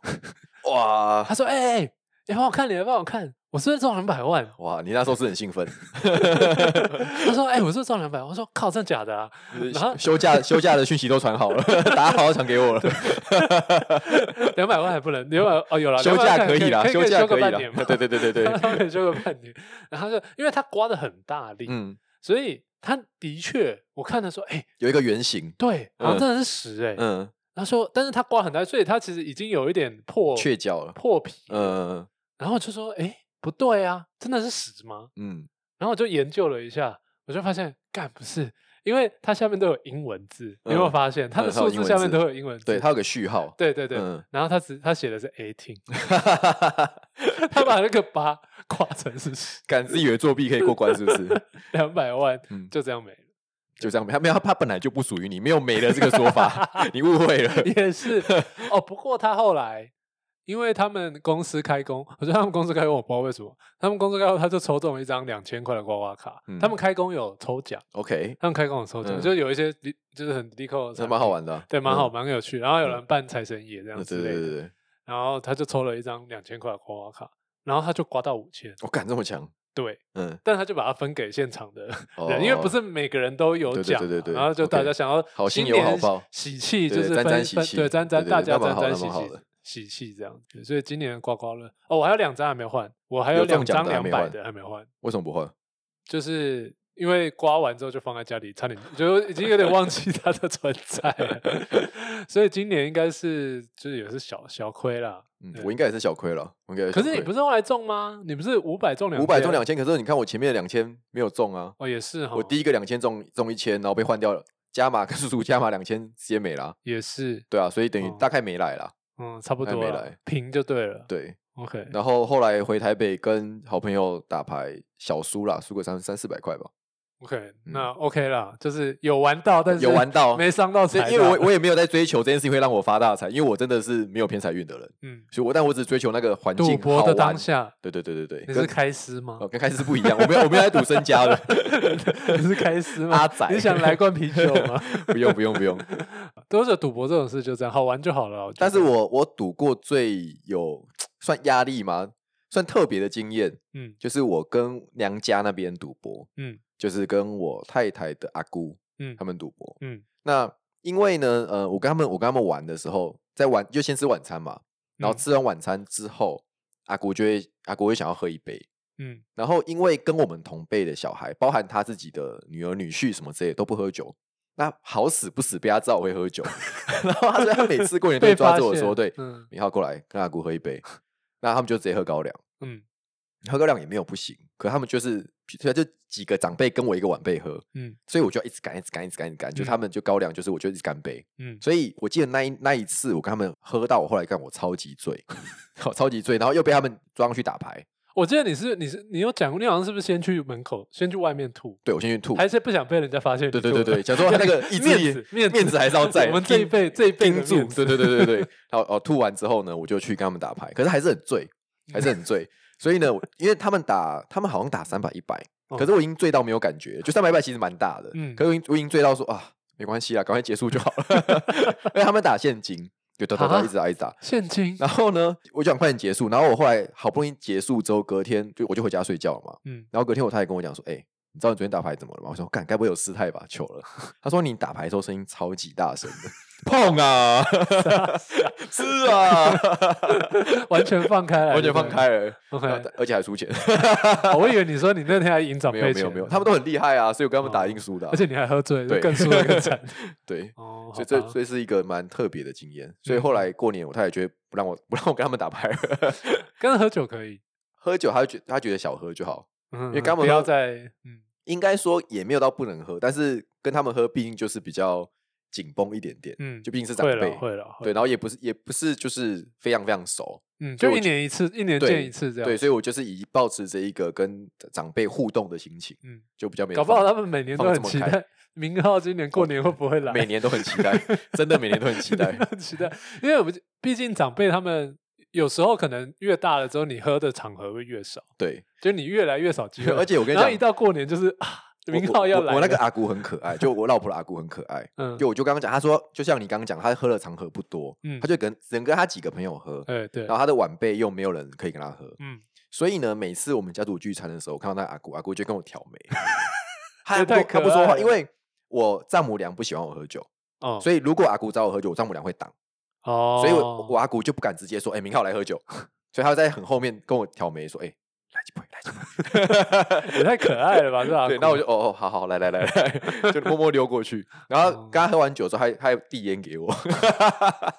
[SPEAKER 2] 哇
[SPEAKER 1] 她说，哎、哎，你、帮我看，你来帮我看，我是不是中两百万？ (laughs)
[SPEAKER 2] 哇，你那时候是很兴奋，
[SPEAKER 1] 她说，哎、我是不是中两百万？我说，靠，真的假的啊？ (laughs) 然后
[SPEAKER 2] 休假休假的讯息都传好了，大家好好传给我了。
[SPEAKER 1] 两百万还不能，两百哦有了，
[SPEAKER 2] 休
[SPEAKER 1] 200
[SPEAKER 2] 假
[SPEAKER 1] 万
[SPEAKER 2] 可以啦，
[SPEAKER 1] 可以
[SPEAKER 2] 休假
[SPEAKER 1] 休
[SPEAKER 2] 可
[SPEAKER 1] 个
[SPEAKER 2] 以
[SPEAKER 1] 半
[SPEAKER 2] 啦
[SPEAKER 1] 年嘛。。
[SPEAKER 2] 对对对对对，
[SPEAKER 1] (laughs) 他们休个半年，然后就因为他刮的很大力，
[SPEAKER 2] 嗯，
[SPEAKER 1] 所以他的确我看他说，哎、
[SPEAKER 2] 有一个原型，
[SPEAKER 1] 对，好像
[SPEAKER 2] 嗯
[SPEAKER 1] 真的是十哎、
[SPEAKER 2] 嗯，
[SPEAKER 1] 他说，但是他刮很大力，所以他其实已经有一点破
[SPEAKER 2] 确角了，
[SPEAKER 1] 破皮，
[SPEAKER 2] 嗯
[SPEAKER 1] 然后我就说，哎、不对啊，真的是十吗？
[SPEAKER 2] 嗯，
[SPEAKER 1] 然后我就研究了一下，我就发现，干不是，因为它下面都有英文字，你有没有
[SPEAKER 2] 嗯
[SPEAKER 1] 发现它
[SPEAKER 2] 嗯
[SPEAKER 1] 的
[SPEAKER 2] 它有
[SPEAKER 1] 数
[SPEAKER 2] 英
[SPEAKER 1] 字
[SPEAKER 2] 文
[SPEAKER 1] 下面
[SPEAKER 2] 字
[SPEAKER 1] 都有英文字？
[SPEAKER 2] 对，它有个序号，
[SPEAKER 1] 对对对
[SPEAKER 2] 嗯
[SPEAKER 1] 然后他只他写的是
[SPEAKER 2] (laughs)
[SPEAKER 1] eighteen，他把那个八 (laughs) 刮成是十
[SPEAKER 2] 敢自以为作弊可以过关是不是？ (laughs)
[SPEAKER 1] 两百万，
[SPEAKER 2] 嗯
[SPEAKER 1] 就这样没了。
[SPEAKER 2] 就这样，他没有，它本来就不属于你，没有没了这个说法， (laughs) 你
[SPEAKER 1] (laughs)
[SPEAKER 2] 误会了。
[SPEAKER 1] 也是哦。不过他后来，因为他们公司开工，我觉得他们公司开工，我不知道为什么，他们公司开工他就抽中了一张两千块的刮刮卡。
[SPEAKER 2] 嗯
[SPEAKER 1] 他们开工有抽奖， (laughs)
[SPEAKER 2] OK，
[SPEAKER 1] 他们开工有抽奖，
[SPEAKER 2] 嗯
[SPEAKER 1] 就有一些离就是很离扣，
[SPEAKER 2] 那蛮好，玩的啊，
[SPEAKER 1] 对，蛮好，
[SPEAKER 2] 嗯。
[SPEAKER 1] 蛮有趣。然后有人办财神爷这样
[SPEAKER 2] 对
[SPEAKER 1] 之
[SPEAKER 2] 对
[SPEAKER 1] 类
[SPEAKER 2] 对
[SPEAKER 1] 的，
[SPEAKER 2] 对对，
[SPEAKER 1] 然后他就抽了一张两千块的刮刮卡，然后他就刮到五千，
[SPEAKER 2] 我敢这么强，
[SPEAKER 1] 对，
[SPEAKER 2] 嗯，
[SPEAKER 1] 但他就把它分给现场的
[SPEAKER 2] 哦
[SPEAKER 1] 人，因为不是每个人都有
[SPEAKER 2] 对对
[SPEAKER 1] 奖嘛，
[SPEAKER 2] 对对对
[SPEAKER 1] 然后就大
[SPEAKER 2] OK
[SPEAKER 1] 家想要
[SPEAKER 2] 好
[SPEAKER 1] 新
[SPEAKER 2] 心有好
[SPEAKER 1] 年
[SPEAKER 2] 报
[SPEAKER 1] 喜气就
[SPEAKER 2] 对
[SPEAKER 1] 是
[SPEAKER 2] 沾
[SPEAKER 1] 分
[SPEAKER 2] 沾喜
[SPEAKER 1] 分
[SPEAKER 2] 气
[SPEAKER 1] 对沾
[SPEAKER 2] 对
[SPEAKER 1] 沾
[SPEAKER 2] 对
[SPEAKER 1] 大
[SPEAKER 2] 对
[SPEAKER 1] 家
[SPEAKER 2] 那蛮
[SPEAKER 1] 沾
[SPEAKER 2] 好
[SPEAKER 1] 沾
[SPEAKER 2] 那
[SPEAKER 1] 喜
[SPEAKER 2] 蛮好
[SPEAKER 1] 气
[SPEAKER 2] 的
[SPEAKER 1] 喜气这样子，所以今年刮刮乐哦，我还有两张还没换，我还
[SPEAKER 2] 有中
[SPEAKER 1] 两
[SPEAKER 2] 奖
[SPEAKER 1] 张
[SPEAKER 2] 的还
[SPEAKER 1] 两
[SPEAKER 2] 没
[SPEAKER 1] 百
[SPEAKER 2] 换
[SPEAKER 1] 的还没换，
[SPEAKER 2] 为什么不换？
[SPEAKER 1] 就是因为刮完之后就放在家里，差点就已经有点忘记它的存在 (laughs) 了，所以今年应该是就是也是小小亏啦。
[SPEAKER 2] 嗯，
[SPEAKER 1] 对
[SPEAKER 2] 我应该也是小亏了，我应该也
[SPEAKER 1] 可
[SPEAKER 2] 小
[SPEAKER 1] 是你
[SPEAKER 2] 亏
[SPEAKER 1] 不是后来中吗？你不是五百 (laughs) 中两啊
[SPEAKER 2] 五百中两千，可是你看我前面的两千没有中啊，
[SPEAKER 1] 哦，也是哈，
[SPEAKER 2] 我第一个两千中中一千，然后被换掉了，加码跟叔叔加码两千直接没啦，
[SPEAKER 1] 也是
[SPEAKER 2] 对啊，所以等于
[SPEAKER 1] 哦
[SPEAKER 2] 大概没来啦，
[SPEAKER 1] 嗯，差不
[SPEAKER 2] 还
[SPEAKER 1] 多
[SPEAKER 2] 没
[SPEAKER 1] 啦
[SPEAKER 2] 来
[SPEAKER 1] 平就对了。
[SPEAKER 2] 对。
[SPEAKER 1] OK，
[SPEAKER 2] 然后后来回台北跟好朋友打牌，小输啦，输个三三四百块吧，
[SPEAKER 1] OK，那 OK 啦，就是有玩到，但是
[SPEAKER 2] 嗯有玩到
[SPEAKER 1] 没伤到
[SPEAKER 2] 所
[SPEAKER 1] 财的，
[SPEAKER 2] 以因为我我也没有在追求这件事情会让我发大财，因为我真的是没有偏财运的人，
[SPEAKER 1] 嗯，
[SPEAKER 2] 所以我但我只追求那个环
[SPEAKER 1] 赌
[SPEAKER 2] 境
[SPEAKER 1] 博
[SPEAKER 2] 好
[SPEAKER 1] 的
[SPEAKER 2] 玩
[SPEAKER 1] 当，下，
[SPEAKER 2] 对对对对
[SPEAKER 1] 你
[SPEAKER 2] 对，
[SPEAKER 1] 是
[SPEAKER 2] 跟
[SPEAKER 1] 开司吗
[SPEAKER 2] 哦？跟开始不一样，我没有我没有在赌身家的，
[SPEAKER 1] 你是开司吗？
[SPEAKER 2] 呃阿仔
[SPEAKER 1] (laughs) 你想来罐啤酒
[SPEAKER 2] (laughs)
[SPEAKER 1] 吗？
[SPEAKER 2] 不用不用不用，
[SPEAKER 1] 都是赌博这种事就这样，好玩就好了。觉
[SPEAKER 2] 但是
[SPEAKER 1] 得
[SPEAKER 2] 我我赌过最有算压力吗？算特别的经验，
[SPEAKER 1] 嗯
[SPEAKER 2] 就是我跟娘家那边赌博，
[SPEAKER 1] 嗯
[SPEAKER 2] 就是跟我太太的阿姑
[SPEAKER 1] 嗯
[SPEAKER 2] 他们赌博。
[SPEAKER 1] 嗯
[SPEAKER 2] 那因为呢，呃，我跟他们我跟他们玩的时候，在晚就先吃晚餐嘛，然后
[SPEAKER 1] 嗯
[SPEAKER 2] 吃完晚餐之后，阿国就会阿国会想要喝一杯，
[SPEAKER 1] 嗯，
[SPEAKER 2] 然后因为跟我们同辈的小孩，包含他自己的女儿、女婿什么之类的都不喝酒。那好死不死被他知道我会喝酒，然后他所以他每
[SPEAKER 1] (laughs)
[SPEAKER 2] 次过年都会
[SPEAKER 1] 被
[SPEAKER 2] 抓
[SPEAKER 1] 发
[SPEAKER 2] 着我
[SPEAKER 1] 现
[SPEAKER 2] 说：“对，
[SPEAKER 1] 嗯
[SPEAKER 2] 明浩过来跟阿姑喝一杯。” (laughs) 那他们就直接喝高粱，
[SPEAKER 1] 嗯
[SPEAKER 2] 喝高粱也没有不行，可他们就是就几个长辈跟我一个晚辈喝，
[SPEAKER 1] 嗯
[SPEAKER 2] 所以我就要一直干，一直干，一直干，一直干，就他
[SPEAKER 1] 嗯
[SPEAKER 2] 们就高粱，就是我就一直干杯。
[SPEAKER 1] 嗯，
[SPEAKER 2] 所以我记得那一那一次，我跟他们喝到我后来干，我超级醉， (laughs) 我超级醉，然后又被他们抓上去打牌，
[SPEAKER 1] 我记得你是你是你有讲过，你好像是不是先去门口，先去外面吐，
[SPEAKER 2] 对我先去吐，
[SPEAKER 1] 还是不想被人家发现你
[SPEAKER 2] 对
[SPEAKER 1] 吐
[SPEAKER 2] 对
[SPEAKER 1] 了？
[SPEAKER 2] 对对，想说他那个意志力
[SPEAKER 1] (laughs) 面子面
[SPEAKER 2] (laughs) 面子还是要在，
[SPEAKER 1] (laughs) 我们这一
[SPEAKER 2] 盯
[SPEAKER 1] 辈这一辈的
[SPEAKER 2] 盯住，
[SPEAKER 1] 面子
[SPEAKER 2] 对对对对对。然后哦，吐完之后呢，我就去跟他们打牌，可是还是很醉，
[SPEAKER 1] 嗯
[SPEAKER 2] 还是很醉。所以呢，我因为他们打，他们好像打三百一百，可是我已经醉到没有感觉，就三百一百其实蛮大的，
[SPEAKER 1] 哦嗯
[SPEAKER 2] 可是我已经我已经醉到说啊，没关系啊，赶快结束就好
[SPEAKER 1] (laughs)
[SPEAKER 2] 了，因为他们打现金，就打打打
[SPEAKER 1] 啊
[SPEAKER 2] 一直打一直打。
[SPEAKER 1] 现金，
[SPEAKER 2] 然后呢，我就想快点结束，然后我后来好不容易结束之后，隔天就我就回家睡觉了嘛，
[SPEAKER 1] 嗯
[SPEAKER 2] 然后隔天我太太跟我讲说，哎、你知道你昨天打牌怎么了吗？我说，干，该不会有失态吧？糗了。他说你打牌的时候声音超级大声的， (laughs) 碰
[SPEAKER 1] (laughs)
[SPEAKER 2] 啊，是啊，
[SPEAKER 1] 完全放开来，
[SPEAKER 2] 完全放开了，
[SPEAKER 1] 对不对。
[SPEAKER 2] 然
[SPEAKER 1] OK，
[SPEAKER 2] 后而且还输钱，
[SPEAKER 1] 我以为你说你那天还赢长
[SPEAKER 2] 没
[SPEAKER 1] 辈
[SPEAKER 2] 有
[SPEAKER 1] 钱，哦
[SPEAKER 2] 没有没有，他们都很厉害啊，所以我跟他们打赢输的啊、
[SPEAKER 1] (laughs) 而且你还喝醉，
[SPEAKER 2] 对
[SPEAKER 1] 就更输得更惨。
[SPEAKER 2] (laughs)
[SPEAKER 1] (laughs)
[SPEAKER 2] 对，
[SPEAKER 1] 哦，
[SPEAKER 2] 所
[SPEAKER 1] 好
[SPEAKER 2] 以这
[SPEAKER 1] 吧
[SPEAKER 2] 所以是一个蛮特别的经验。所以
[SPEAKER 1] 嗯
[SPEAKER 2] 后来过年，我太太觉得不让我不让我跟他们打牌了， (laughs)
[SPEAKER 1] 跟他喝酒可以，
[SPEAKER 2] 喝酒她觉她觉得小喝就好，
[SPEAKER 1] 因
[SPEAKER 2] 为刚刚
[SPEAKER 1] 不要
[SPEAKER 2] 喝
[SPEAKER 1] 再嗯
[SPEAKER 2] 应该说也没有到不能喝，但是跟他们喝毕竟就是比较紧绷一点点，
[SPEAKER 1] 嗯，
[SPEAKER 2] 就毕竟是长
[SPEAKER 1] 会
[SPEAKER 2] 辈
[SPEAKER 1] 了。会了，
[SPEAKER 2] 对，然后也不是也不是就是非常非常熟，
[SPEAKER 1] 嗯，
[SPEAKER 2] 所以
[SPEAKER 1] 就
[SPEAKER 2] 我
[SPEAKER 1] 一
[SPEAKER 2] 就
[SPEAKER 1] 年一次，一年
[SPEAKER 2] 对
[SPEAKER 1] 见一次这样。
[SPEAKER 2] 对，，所以我就是以保持着一个跟长辈互动的心情，
[SPEAKER 1] 嗯，
[SPEAKER 2] 就比较没
[SPEAKER 1] 搞不好
[SPEAKER 2] 放
[SPEAKER 1] 他们每年都
[SPEAKER 2] 放
[SPEAKER 1] 很
[SPEAKER 2] 这么
[SPEAKER 1] 期
[SPEAKER 2] 开
[SPEAKER 1] 待明浩今
[SPEAKER 2] (laughs)
[SPEAKER 1] 年过年会不会来，
[SPEAKER 2] 每年都很期待，真的每年都很期待
[SPEAKER 1] (laughs) 每年。都很期待，因为我们毕竟长辈他们有时候可能越大了之后，你喝的场合会越少，
[SPEAKER 2] 对，
[SPEAKER 1] 就你越来越少机会。
[SPEAKER 2] 而且我跟你
[SPEAKER 1] 然后
[SPEAKER 2] 讲，
[SPEAKER 1] 一到过年就是啊，(laughs)
[SPEAKER 2] 我
[SPEAKER 1] 明
[SPEAKER 2] 我
[SPEAKER 1] 浩要
[SPEAKER 2] 我
[SPEAKER 1] 来
[SPEAKER 2] 我那个啊
[SPEAKER 1] 了
[SPEAKER 2] 阿姑很可爱，就我老婆的阿姑很可爱。
[SPEAKER 1] (laughs) 嗯，
[SPEAKER 2] 就我就刚刚讲，她说就像你刚刚讲，她喝的场合不多，
[SPEAKER 1] 嗯
[SPEAKER 2] 她就跟只能跟她几个朋友喝，
[SPEAKER 1] 哎对
[SPEAKER 2] 然，后她的晚辈又没有人可以跟她喝，
[SPEAKER 1] 嗯，
[SPEAKER 2] 所以呢，每次我们家族聚餐的时候，我看到那阿姑，阿姑就跟我挑
[SPEAKER 1] (laughs)
[SPEAKER 2] 眉，她
[SPEAKER 1] 也
[SPEAKER 2] 不
[SPEAKER 1] 太
[SPEAKER 2] 她
[SPEAKER 1] 可
[SPEAKER 2] 不说
[SPEAKER 1] 爱
[SPEAKER 2] 话，
[SPEAKER 1] 了
[SPEAKER 2] 因为我丈母娘不喜欢我喝酒，
[SPEAKER 1] 哦，
[SPEAKER 2] 所以如果阿姑找我喝酒，我丈母娘会挡，
[SPEAKER 1] 以哦，
[SPEAKER 2] 所以我我阿姑就不敢直接说，哎、明浩来喝酒，所以她在很后面跟我挑眉说，哎、来几杯，来几
[SPEAKER 1] (laughs)
[SPEAKER 2] 杯。
[SPEAKER 1] 也太可爱了吧，是吧？
[SPEAKER 2] 对，那我就哦哦，好好，来来
[SPEAKER 1] (laughs)
[SPEAKER 2] 来来，就默默溜过去。然后
[SPEAKER 1] 哦
[SPEAKER 2] 刚刚喝完酒之后，还还递烟给我，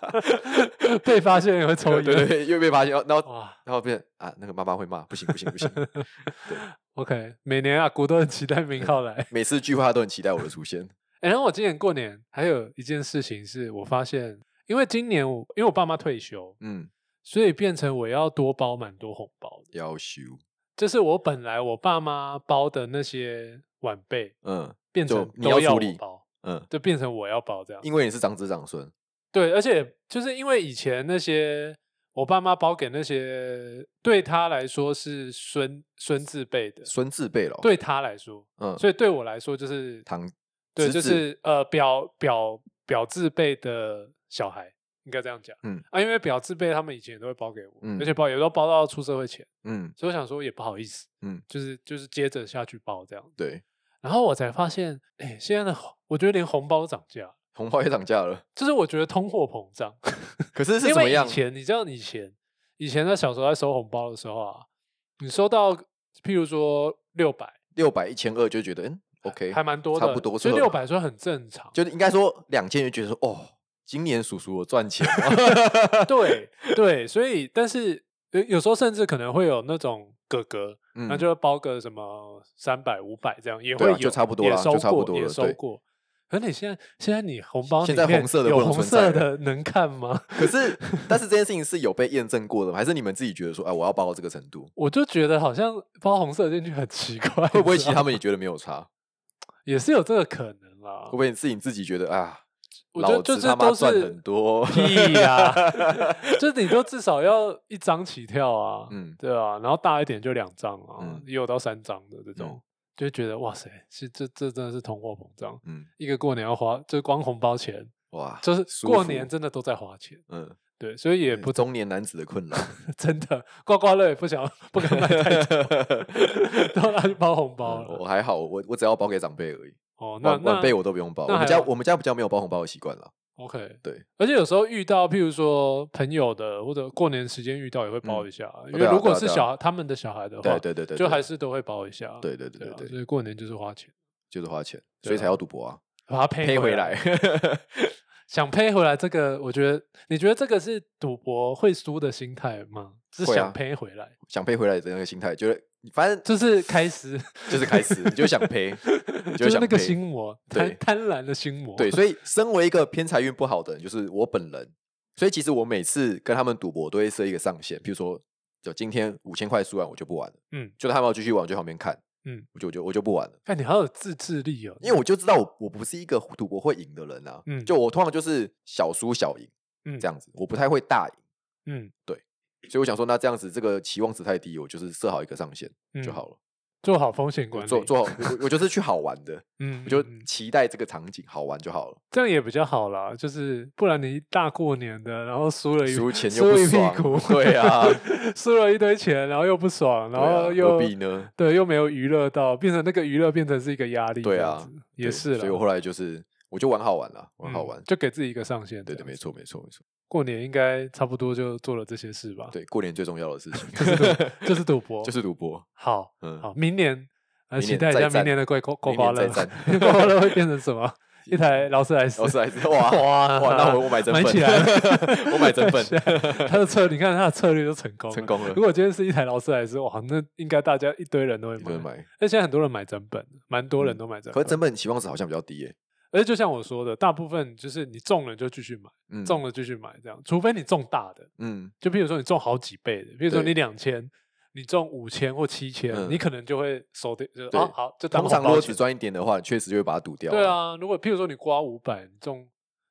[SPEAKER 1] (laughs) 被发现也会抽
[SPEAKER 2] (laughs) 对
[SPEAKER 1] 烟，
[SPEAKER 2] 对对，又被发现，然后
[SPEAKER 1] 哇
[SPEAKER 2] 然后变成啊，那个妈妈会骂，不行不行不行。
[SPEAKER 1] ，OK，每年阿古都很期待明浩来。 (laughs)
[SPEAKER 2] 每次聚会她都很期待我的出现，
[SPEAKER 1] 欸然后我今年过年还有一件事情是我发现，因为今年我因为我爸妈退休，
[SPEAKER 2] 嗯，
[SPEAKER 1] 所以变成我要多包蛮多红包的。
[SPEAKER 2] 要修，
[SPEAKER 1] 就是我本来我爸妈包的那些晚辈，
[SPEAKER 2] 嗯
[SPEAKER 1] 变
[SPEAKER 2] 就
[SPEAKER 1] 成
[SPEAKER 2] 你
[SPEAKER 1] 都
[SPEAKER 2] 要处
[SPEAKER 1] 我
[SPEAKER 2] 理
[SPEAKER 1] 包，
[SPEAKER 2] 嗯，
[SPEAKER 1] 就变成我要包这样。
[SPEAKER 2] 因为你是长子长孙，
[SPEAKER 1] 对，而且就是因为以前那些我爸妈包给那些对他来说是孙孙字辈的，
[SPEAKER 2] 孙字辈了，
[SPEAKER 1] 对他来说，
[SPEAKER 2] 嗯，
[SPEAKER 1] 所以对我来说就是
[SPEAKER 2] 堂
[SPEAKER 1] 对，
[SPEAKER 2] 侄
[SPEAKER 1] 就
[SPEAKER 2] 子
[SPEAKER 1] 是呃表表表字辈的小孩，应该这样讲。
[SPEAKER 2] 嗯
[SPEAKER 1] 啊，因为表字辈他们以前也都会包给我，
[SPEAKER 2] 嗯
[SPEAKER 1] 而且包也都包到出社会前，
[SPEAKER 2] 嗯
[SPEAKER 1] 所以我想说也不好意思，
[SPEAKER 2] 嗯，
[SPEAKER 1] 就是就是接着下去包这样。
[SPEAKER 2] 对，
[SPEAKER 1] 然后我才发现，哎，现在的红我觉得连红包都涨价，
[SPEAKER 2] 红包也涨价了， (laughs)
[SPEAKER 1] 就是我觉得通货膨胀，
[SPEAKER 2] 可是是
[SPEAKER 1] 因
[SPEAKER 2] 怎么
[SPEAKER 1] 为
[SPEAKER 2] 样
[SPEAKER 1] 以？前你知道以前以前在小时候在收红包的时候啊，你收到譬如说六百。
[SPEAKER 2] 六百一千二就觉得嗯 OK，
[SPEAKER 1] 还蛮多的，
[SPEAKER 2] 差不多
[SPEAKER 1] 就
[SPEAKER 2] 这
[SPEAKER 1] 六百，说很正常。
[SPEAKER 2] 就是应该说两千就觉得说哦，今年叔叔我赚钱了， (laughs)
[SPEAKER 1] 对对，所以但是有有时候甚至可能会有那种哥哥，那
[SPEAKER 2] 嗯，
[SPEAKER 1] 就包个什么三百五百这样，也
[SPEAKER 2] 对
[SPEAKER 1] 会
[SPEAKER 2] 啊
[SPEAKER 1] 有，
[SPEAKER 2] 就差不多
[SPEAKER 1] 也
[SPEAKER 2] 啦
[SPEAKER 1] 收
[SPEAKER 2] 就差不
[SPEAKER 1] 过
[SPEAKER 2] 多
[SPEAKER 1] 也
[SPEAKER 2] 了
[SPEAKER 1] 收
[SPEAKER 2] 对
[SPEAKER 1] 过。可你现在现在你红包
[SPEAKER 2] 现
[SPEAKER 1] 里
[SPEAKER 2] 在红
[SPEAKER 1] 面
[SPEAKER 2] 色的不
[SPEAKER 1] 有
[SPEAKER 2] 能
[SPEAKER 1] 红
[SPEAKER 2] 存
[SPEAKER 1] 色
[SPEAKER 2] 在 (laughs)
[SPEAKER 1] 的能看吗？ (laughs)
[SPEAKER 2] 可是但是这件事情是有被验证过的吗，还是你们自己觉得说哎，我要包到这个程度？
[SPEAKER 1] 我就觉得好像包红色进去很奇怪，
[SPEAKER 2] 会不会
[SPEAKER 1] 你知
[SPEAKER 2] 其实
[SPEAKER 1] 道
[SPEAKER 2] 他们也觉得没有差？
[SPEAKER 1] 也是有这个可能啦？
[SPEAKER 2] 会不会是你自己觉得啊，
[SPEAKER 1] 我觉
[SPEAKER 2] 老
[SPEAKER 1] 得就
[SPEAKER 2] 子
[SPEAKER 1] 是
[SPEAKER 2] 他妈
[SPEAKER 1] 都
[SPEAKER 2] 赚
[SPEAKER 1] 是 (laughs)
[SPEAKER 2] 很多？ (laughs)
[SPEAKER 1] 屁呀、 (laughs) 就是你都至少要一张起跳啊，
[SPEAKER 2] 嗯
[SPEAKER 1] 对啊，然后大一点就两张啊，
[SPEAKER 2] 嗯
[SPEAKER 1] 也有到三张的这种，
[SPEAKER 2] 嗯
[SPEAKER 1] 就会觉得哇塞，是这这真的是通货膨胀，
[SPEAKER 2] 嗯，
[SPEAKER 1] 一个过年要花，就是光红包钱，
[SPEAKER 2] 哇，
[SPEAKER 1] 就是
[SPEAKER 2] 舒
[SPEAKER 1] 过
[SPEAKER 2] 服
[SPEAKER 1] 年真的都在花钱，
[SPEAKER 2] 嗯，
[SPEAKER 1] 对，所以也
[SPEAKER 2] 对
[SPEAKER 1] 不 (laughs)
[SPEAKER 2] 中年男子的困扰。
[SPEAKER 1] 真的刮刮乐也不想不敢买太多， (laughs) 都拿去包红包
[SPEAKER 2] 嗯
[SPEAKER 1] 了。
[SPEAKER 2] 我还好，我我只要包给长辈而已，
[SPEAKER 1] 哦，那
[SPEAKER 2] 晚晚
[SPEAKER 1] 哦那
[SPEAKER 2] 辈我都不用包。
[SPEAKER 1] 那
[SPEAKER 2] 我们
[SPEAKER 1] 还
[SPEAKER 2] 家
[SPEAKER 1] 好
[SPEAKER 2] 我们家比较没有包红包的习惯了，
[SPEAKER 1] OK，
[SPEAKER 2] 对，
[SPEAKER 1] 而且有时候遇到，譬如说朋友的，或者过年时间遇到，也会包一下，因为
[SPEAKER 2] 对啊
[SPEAKER 1] 如果
[SPEAKER 2] 对啊
[SPEAKER 1] 是
[SPEAKER 2] 对啊
[SPEAKER 1] 小孩他们的小孩的话，
[SPEAKER 2] 对对对对，
[SPEAKER 1] 就
[SPEAKER 2] 对
[SPEAKER 1] 还是都会包一下。
[SPEAKER 2] 对对对
[SPEAKER 1] 对
[SPEAKER 2] 对
[SPEAKER 1] 啊
[SPEAKER 2] 对，
[SPEAKER 1] 所以过年就是花钱，
[SPEAKER 2] 就是花钱，
[SPEAKER 1] 对
[SPEAKER 2] 所以
[SPEAKER 1] 啊
[SPEAKER 2] 才要赌博啊，
[SPEAKER 1] 把它赔
[SPEAKER 2] 赔
[SPEAKER 1] 回
[SPEAKER 2] 回来。
[SPEAKER 1] 想赔回来这个，我觉得你觉得这个是赌博会输的心态吗？是
[SPEAKER 2] 会啊
[SPEAKER 1] 想赔回来，
[SPEAKER 2] (laughs) 想赔回来的那个心态，就是
[SPEAKER 1] (laughs)
[SPEAKER 2] 反正
[SPEAKER 1] 就是开始，
[SPEAKER 2] 就是开始，你就想
[SPEAKER 1] (laughs)
[SPEAKER 2] 赔，你
[SPEAKER 1] 就是
[SPEAKER 2] 想
[SPEAKER 1] 那个
[SPEAKER 2] 赔
[SPEAKER 1] 心魔，
[SPEAKER 2] 对
[SPEAKER 1] 贪贪婪的心魔。
[SPEAKER 2] 对，所以身为一个偏财运不好的人，就是我本人。所以其实我每次跟他们赌博，我都会设一个上限，比如说，就今天五千块输完我就不玩了，
[SPEAKER 1] 嗯，
[SPEAKER 2] 就他们要继续玩，我就旁边看，
[SPEAKER 1] 嗯，
[SPEAKER 2] 我就我就我就不玩了，
[SPEAKER 1] 看你好有自制力哦，
[SPEAKER 2] 因为我就知道我我不是一个赌博会赢的人啊，
[SPEAKER 1] 嗯
[SPEAKER 2] 就我通常就是小输小赢，
[SPEAKER 1] 嗯
[SPEAKER 2] 这样子，我不太会大赢，
[SPEAKER 1] 嗯
[SPEAKER 2] 所以我想说，那这样子这个期望值太低，我就是设好一个上限
[SPEAKER 1] 嗯
[SPEAKER 2] 就好了，
[SPEAKER 1] 做好风险管理，
[SPEAKER 2] 做做好，我我就是去好玩
[SPEAKER 1] (laughs)
[SPEAKER 2] 的，
[SPEAKER 1] 嗯，
[SPEAKER 2] 我就
[SPEAKER 1] 嗯嗯
[SPEAKER 2] 期待这个场景好玩就好了。
[SPEAKER 1] 这样也比较好啦，就是不然你大过年的，然后输了一
[SPEAKER 2] 输钱又
[SPEAKER 1] 输
[SPEAKER 2] 不
[SPEAKER 1] 一屁
[SPEAKER 2] 爽
[SPEAKER 1] 股，
[SPEAKER 2] 对啊，
[SPEAKER 1] 输了一堆钱，然后又不爽，然
[SPEAKER 2] 对啊
[SPEAKER 1] 后又
[SPEAKER 2] 何必呢？
[SPEAKER 1] 对又没有娱乐到，变成那个娱乐变成是一个压力，
[SPEAKER 2] 对
[SPEAKER 1] 这样
[SPEAKER 2] 啊
[SPEAKER 1] 子，
[SPEAKER 2] 对
[SPEAKER 1] 也是
[SPEAKER 2] 所以我
[SPEAKER 1] 了，
[SPEAKER 2] 后来就是，我就玩好玩了，玩好
[SPEAKER 1] 嗯
[SPEAKER 2] 玩。
[SPEAKER 1] 就给自己一个上限，
[SPEAKER 2] 对对，
[SPEAKER 1] 这样
[SPEAKER 2] 没
[SPEAKER 1] 子。
[SPEAKER 2] 错，没错，没错。
[SPEAKER 1] 过年应该差不多就做了这些事吧，
[SPEAKER 2] 对，过年最重要的事情
[SPEAKER 1] (laughs) 就是赌，就是赌博，
[SPEAKER 2] 就是赌博。
[SPEAKER 1] 好
[SPEAKER 2] 嗯，
[SPEAKER 1] 好，明年来
[SPEAKER 2] 明
[SPEAKER 1] 期
[SPEAKER 2] 年
[SPEAKER 1] 待一
[SPEAKER 2] 再
[SPEAKER 1] 下明
[SPEAKER 2] 战
[SPEAKER 1] 年的刮刮刮
[SPEAKER 2] 明
[SPEAKER 1] 刮乐，
[SPEAKER 2] 年再战
[SPEAKER 1] 刮刮乐会变成什
[SPEAKER 2] (laughs)
[SPEAKER 1] 么？一台劳斯莱斯，(laughs)
[SPEAKER 2] 劳斯莱斯，哦啊哇
[SPEAKER 1] 哇
[SPEAKER 2] 哇，那我我买真
[SPEAKER 1] 买
[SPEAKER 2] 份，
[SPEAKER 1] 起来
[SPEAKER 2] (laughs) 我买
[SPEAKER 1] (laughs)
[SPEAKER 2] 真份，
[SPEAKER 1] 啊他的策，你看他的策略就成功了。
[SPEAKER 2] 成功了
[SPEAKER 1] 如，果今天是一台劳斯莱斯，哇，那应该大家一堆人都会
[SPEAKER 2] 你会
[SPEAKER 1] 买。
[SPEAKER 2] 买？
[SPEAKER 1] 那现在很多人买整本，蛮多人
[SPEAKER 2] 嗯
[SPEAKER 1] 都买整
[SPEAKER 2] 可
[SPEAKER 1] 本。
[SPEAKER 2] 是真本期望值好像比较低耶。
[SPEAKER 1] 而且就像我说的，大部分就是你中了就继续买，
[SPEAKER 2] 嗯，
[SPEAKER 1] 中了继续买这样，除非你中大的，
[SPEAKER 2] 嗯，
[SPEAKER 1] 就譬如说你中好几倍的，譬如说你
[SPEAKER 2] 对
[SPEAKER 1] 两千，你中五千或七千、
[SPEAKER 2] 嗯
[SPEAKER 1] 你可能就会收的，就是
[SPEAKER 2] 对
[SPEAKER 1] 啊好，就当
[SPEAKER 2] 通常
[SPEAKER 1] 红包
[SPEAKER 2] 如果
[SPEAKER 1] 钱
[SPEAKER 2] 只赚一点的话，确实就会把它赌掉。
[SPEAKER 1] 对，啊，如果譬如说你刮五百，你中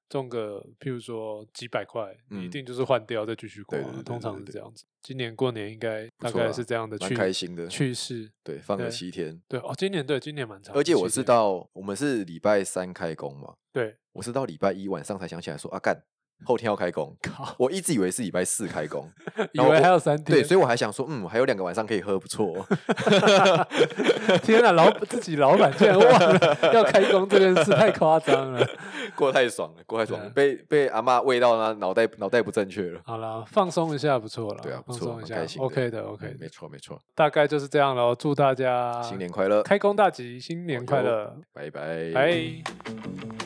[SPEAKER 1] 中个譬如说几百块，你一
[SPEAKER 2] 嗯
[SPEAKER 1] 定就是换掉再继续刮
[SPEAKER 2] 对对，对
[SPEAKER 1] 通
[SPEAKER 2] 对
[SPEAKER 1] 常
[SPEAKER 2] 对
[SPEAKER 1] 是
[SPEAKER 2] 对
[SPEAKER 1] 这样子。今年过年应该大
[SPEAKER 2] 错
[SPEAKER 1] 概
[SPEAKER 2] 啦
[SPEAKER 1] 是这样的
[SPEAKER 2] 蛮
[SPEAKER 1] 去
[SPEAKER 2] 开心的。
[SPEAKER 1] 去世，
[SPEAKER 2] 对，放
[SPEAKER 1] 对
[SPEAKER 2] 了七天，
[SPEAKER 1] 对哦，今年对今年蛮长的，
[SPEAKER 2] 而且我
[SPEAKER 1] 七
[SPEAKER 2] 是
[SPEAKER 1] 天
[SPEAKER 2] 到我们是礼拜三开工嘛，
[SPEAKER 1] 对
[SPEAKER 2] 我是到礼拜一晚上才想起来说啊，干后天要开工。
[SPEAKER 1] 靠，
[SPEAKER 2] 我一直以为是礼拜四
[SPEAKER 1] (laughs)
[SPEAKER 2] 开工，
[SPEAKER 1] 以
[SPEAKER 2] 然后
[SPEAKER 1] 为
[SPEAKER 2] 我
[SPEAKER 1] 还有三天，
[SPEAKER 2] 对，所以我还想说，嗯，还有两个晚上可以喝，不错
[SPEAKER 1] (laughs)
[SPEAKER 2] 哦。
[SPEAKER 1] 以天啊，老自己老板竟然忘
[SPEAKER 2] (laughs)
[SPEAKER 1] 了要开工这件事，太夸张了。
[SPEAKER 2] 过太爽了，过太爽了，
[SPEAKER 1] 对啊
[SPEAKER 2] 被被阿妈喂到呢，脑袋脑袋不正确了。
[SPEAKER 1] 好啦，放松一下不错了，
[SPEAKER 2] 对啊，不
[SPEAKER 1] 放
[SPEAKER 2] 错，
[SPEAKER 1] 松一
[SPEAKER 2] 蛮
[SPEAKER 1] 下
[SPEAKER 2] 开心
[SPEAKER 1] ，OK 的，OK 啊
[SPEAKER 2] 嗯
[SPEAKER 1] 的
[SPEAKER 2] 没，错没错。
[SPEAKER 1] 大概就是这样喽。祝大家
[SPEAKER 2] 新年快乐，
[SPEAKER 1] 开工大吉，新年
[SPEAKER 2] 哦
[SPEAKER 1] 快
[SPEAKER 2] 哟
[SPEAKER 1] 乐，
[SPEAKER 2] 拜拜，
[SPEAKER 1] 拜。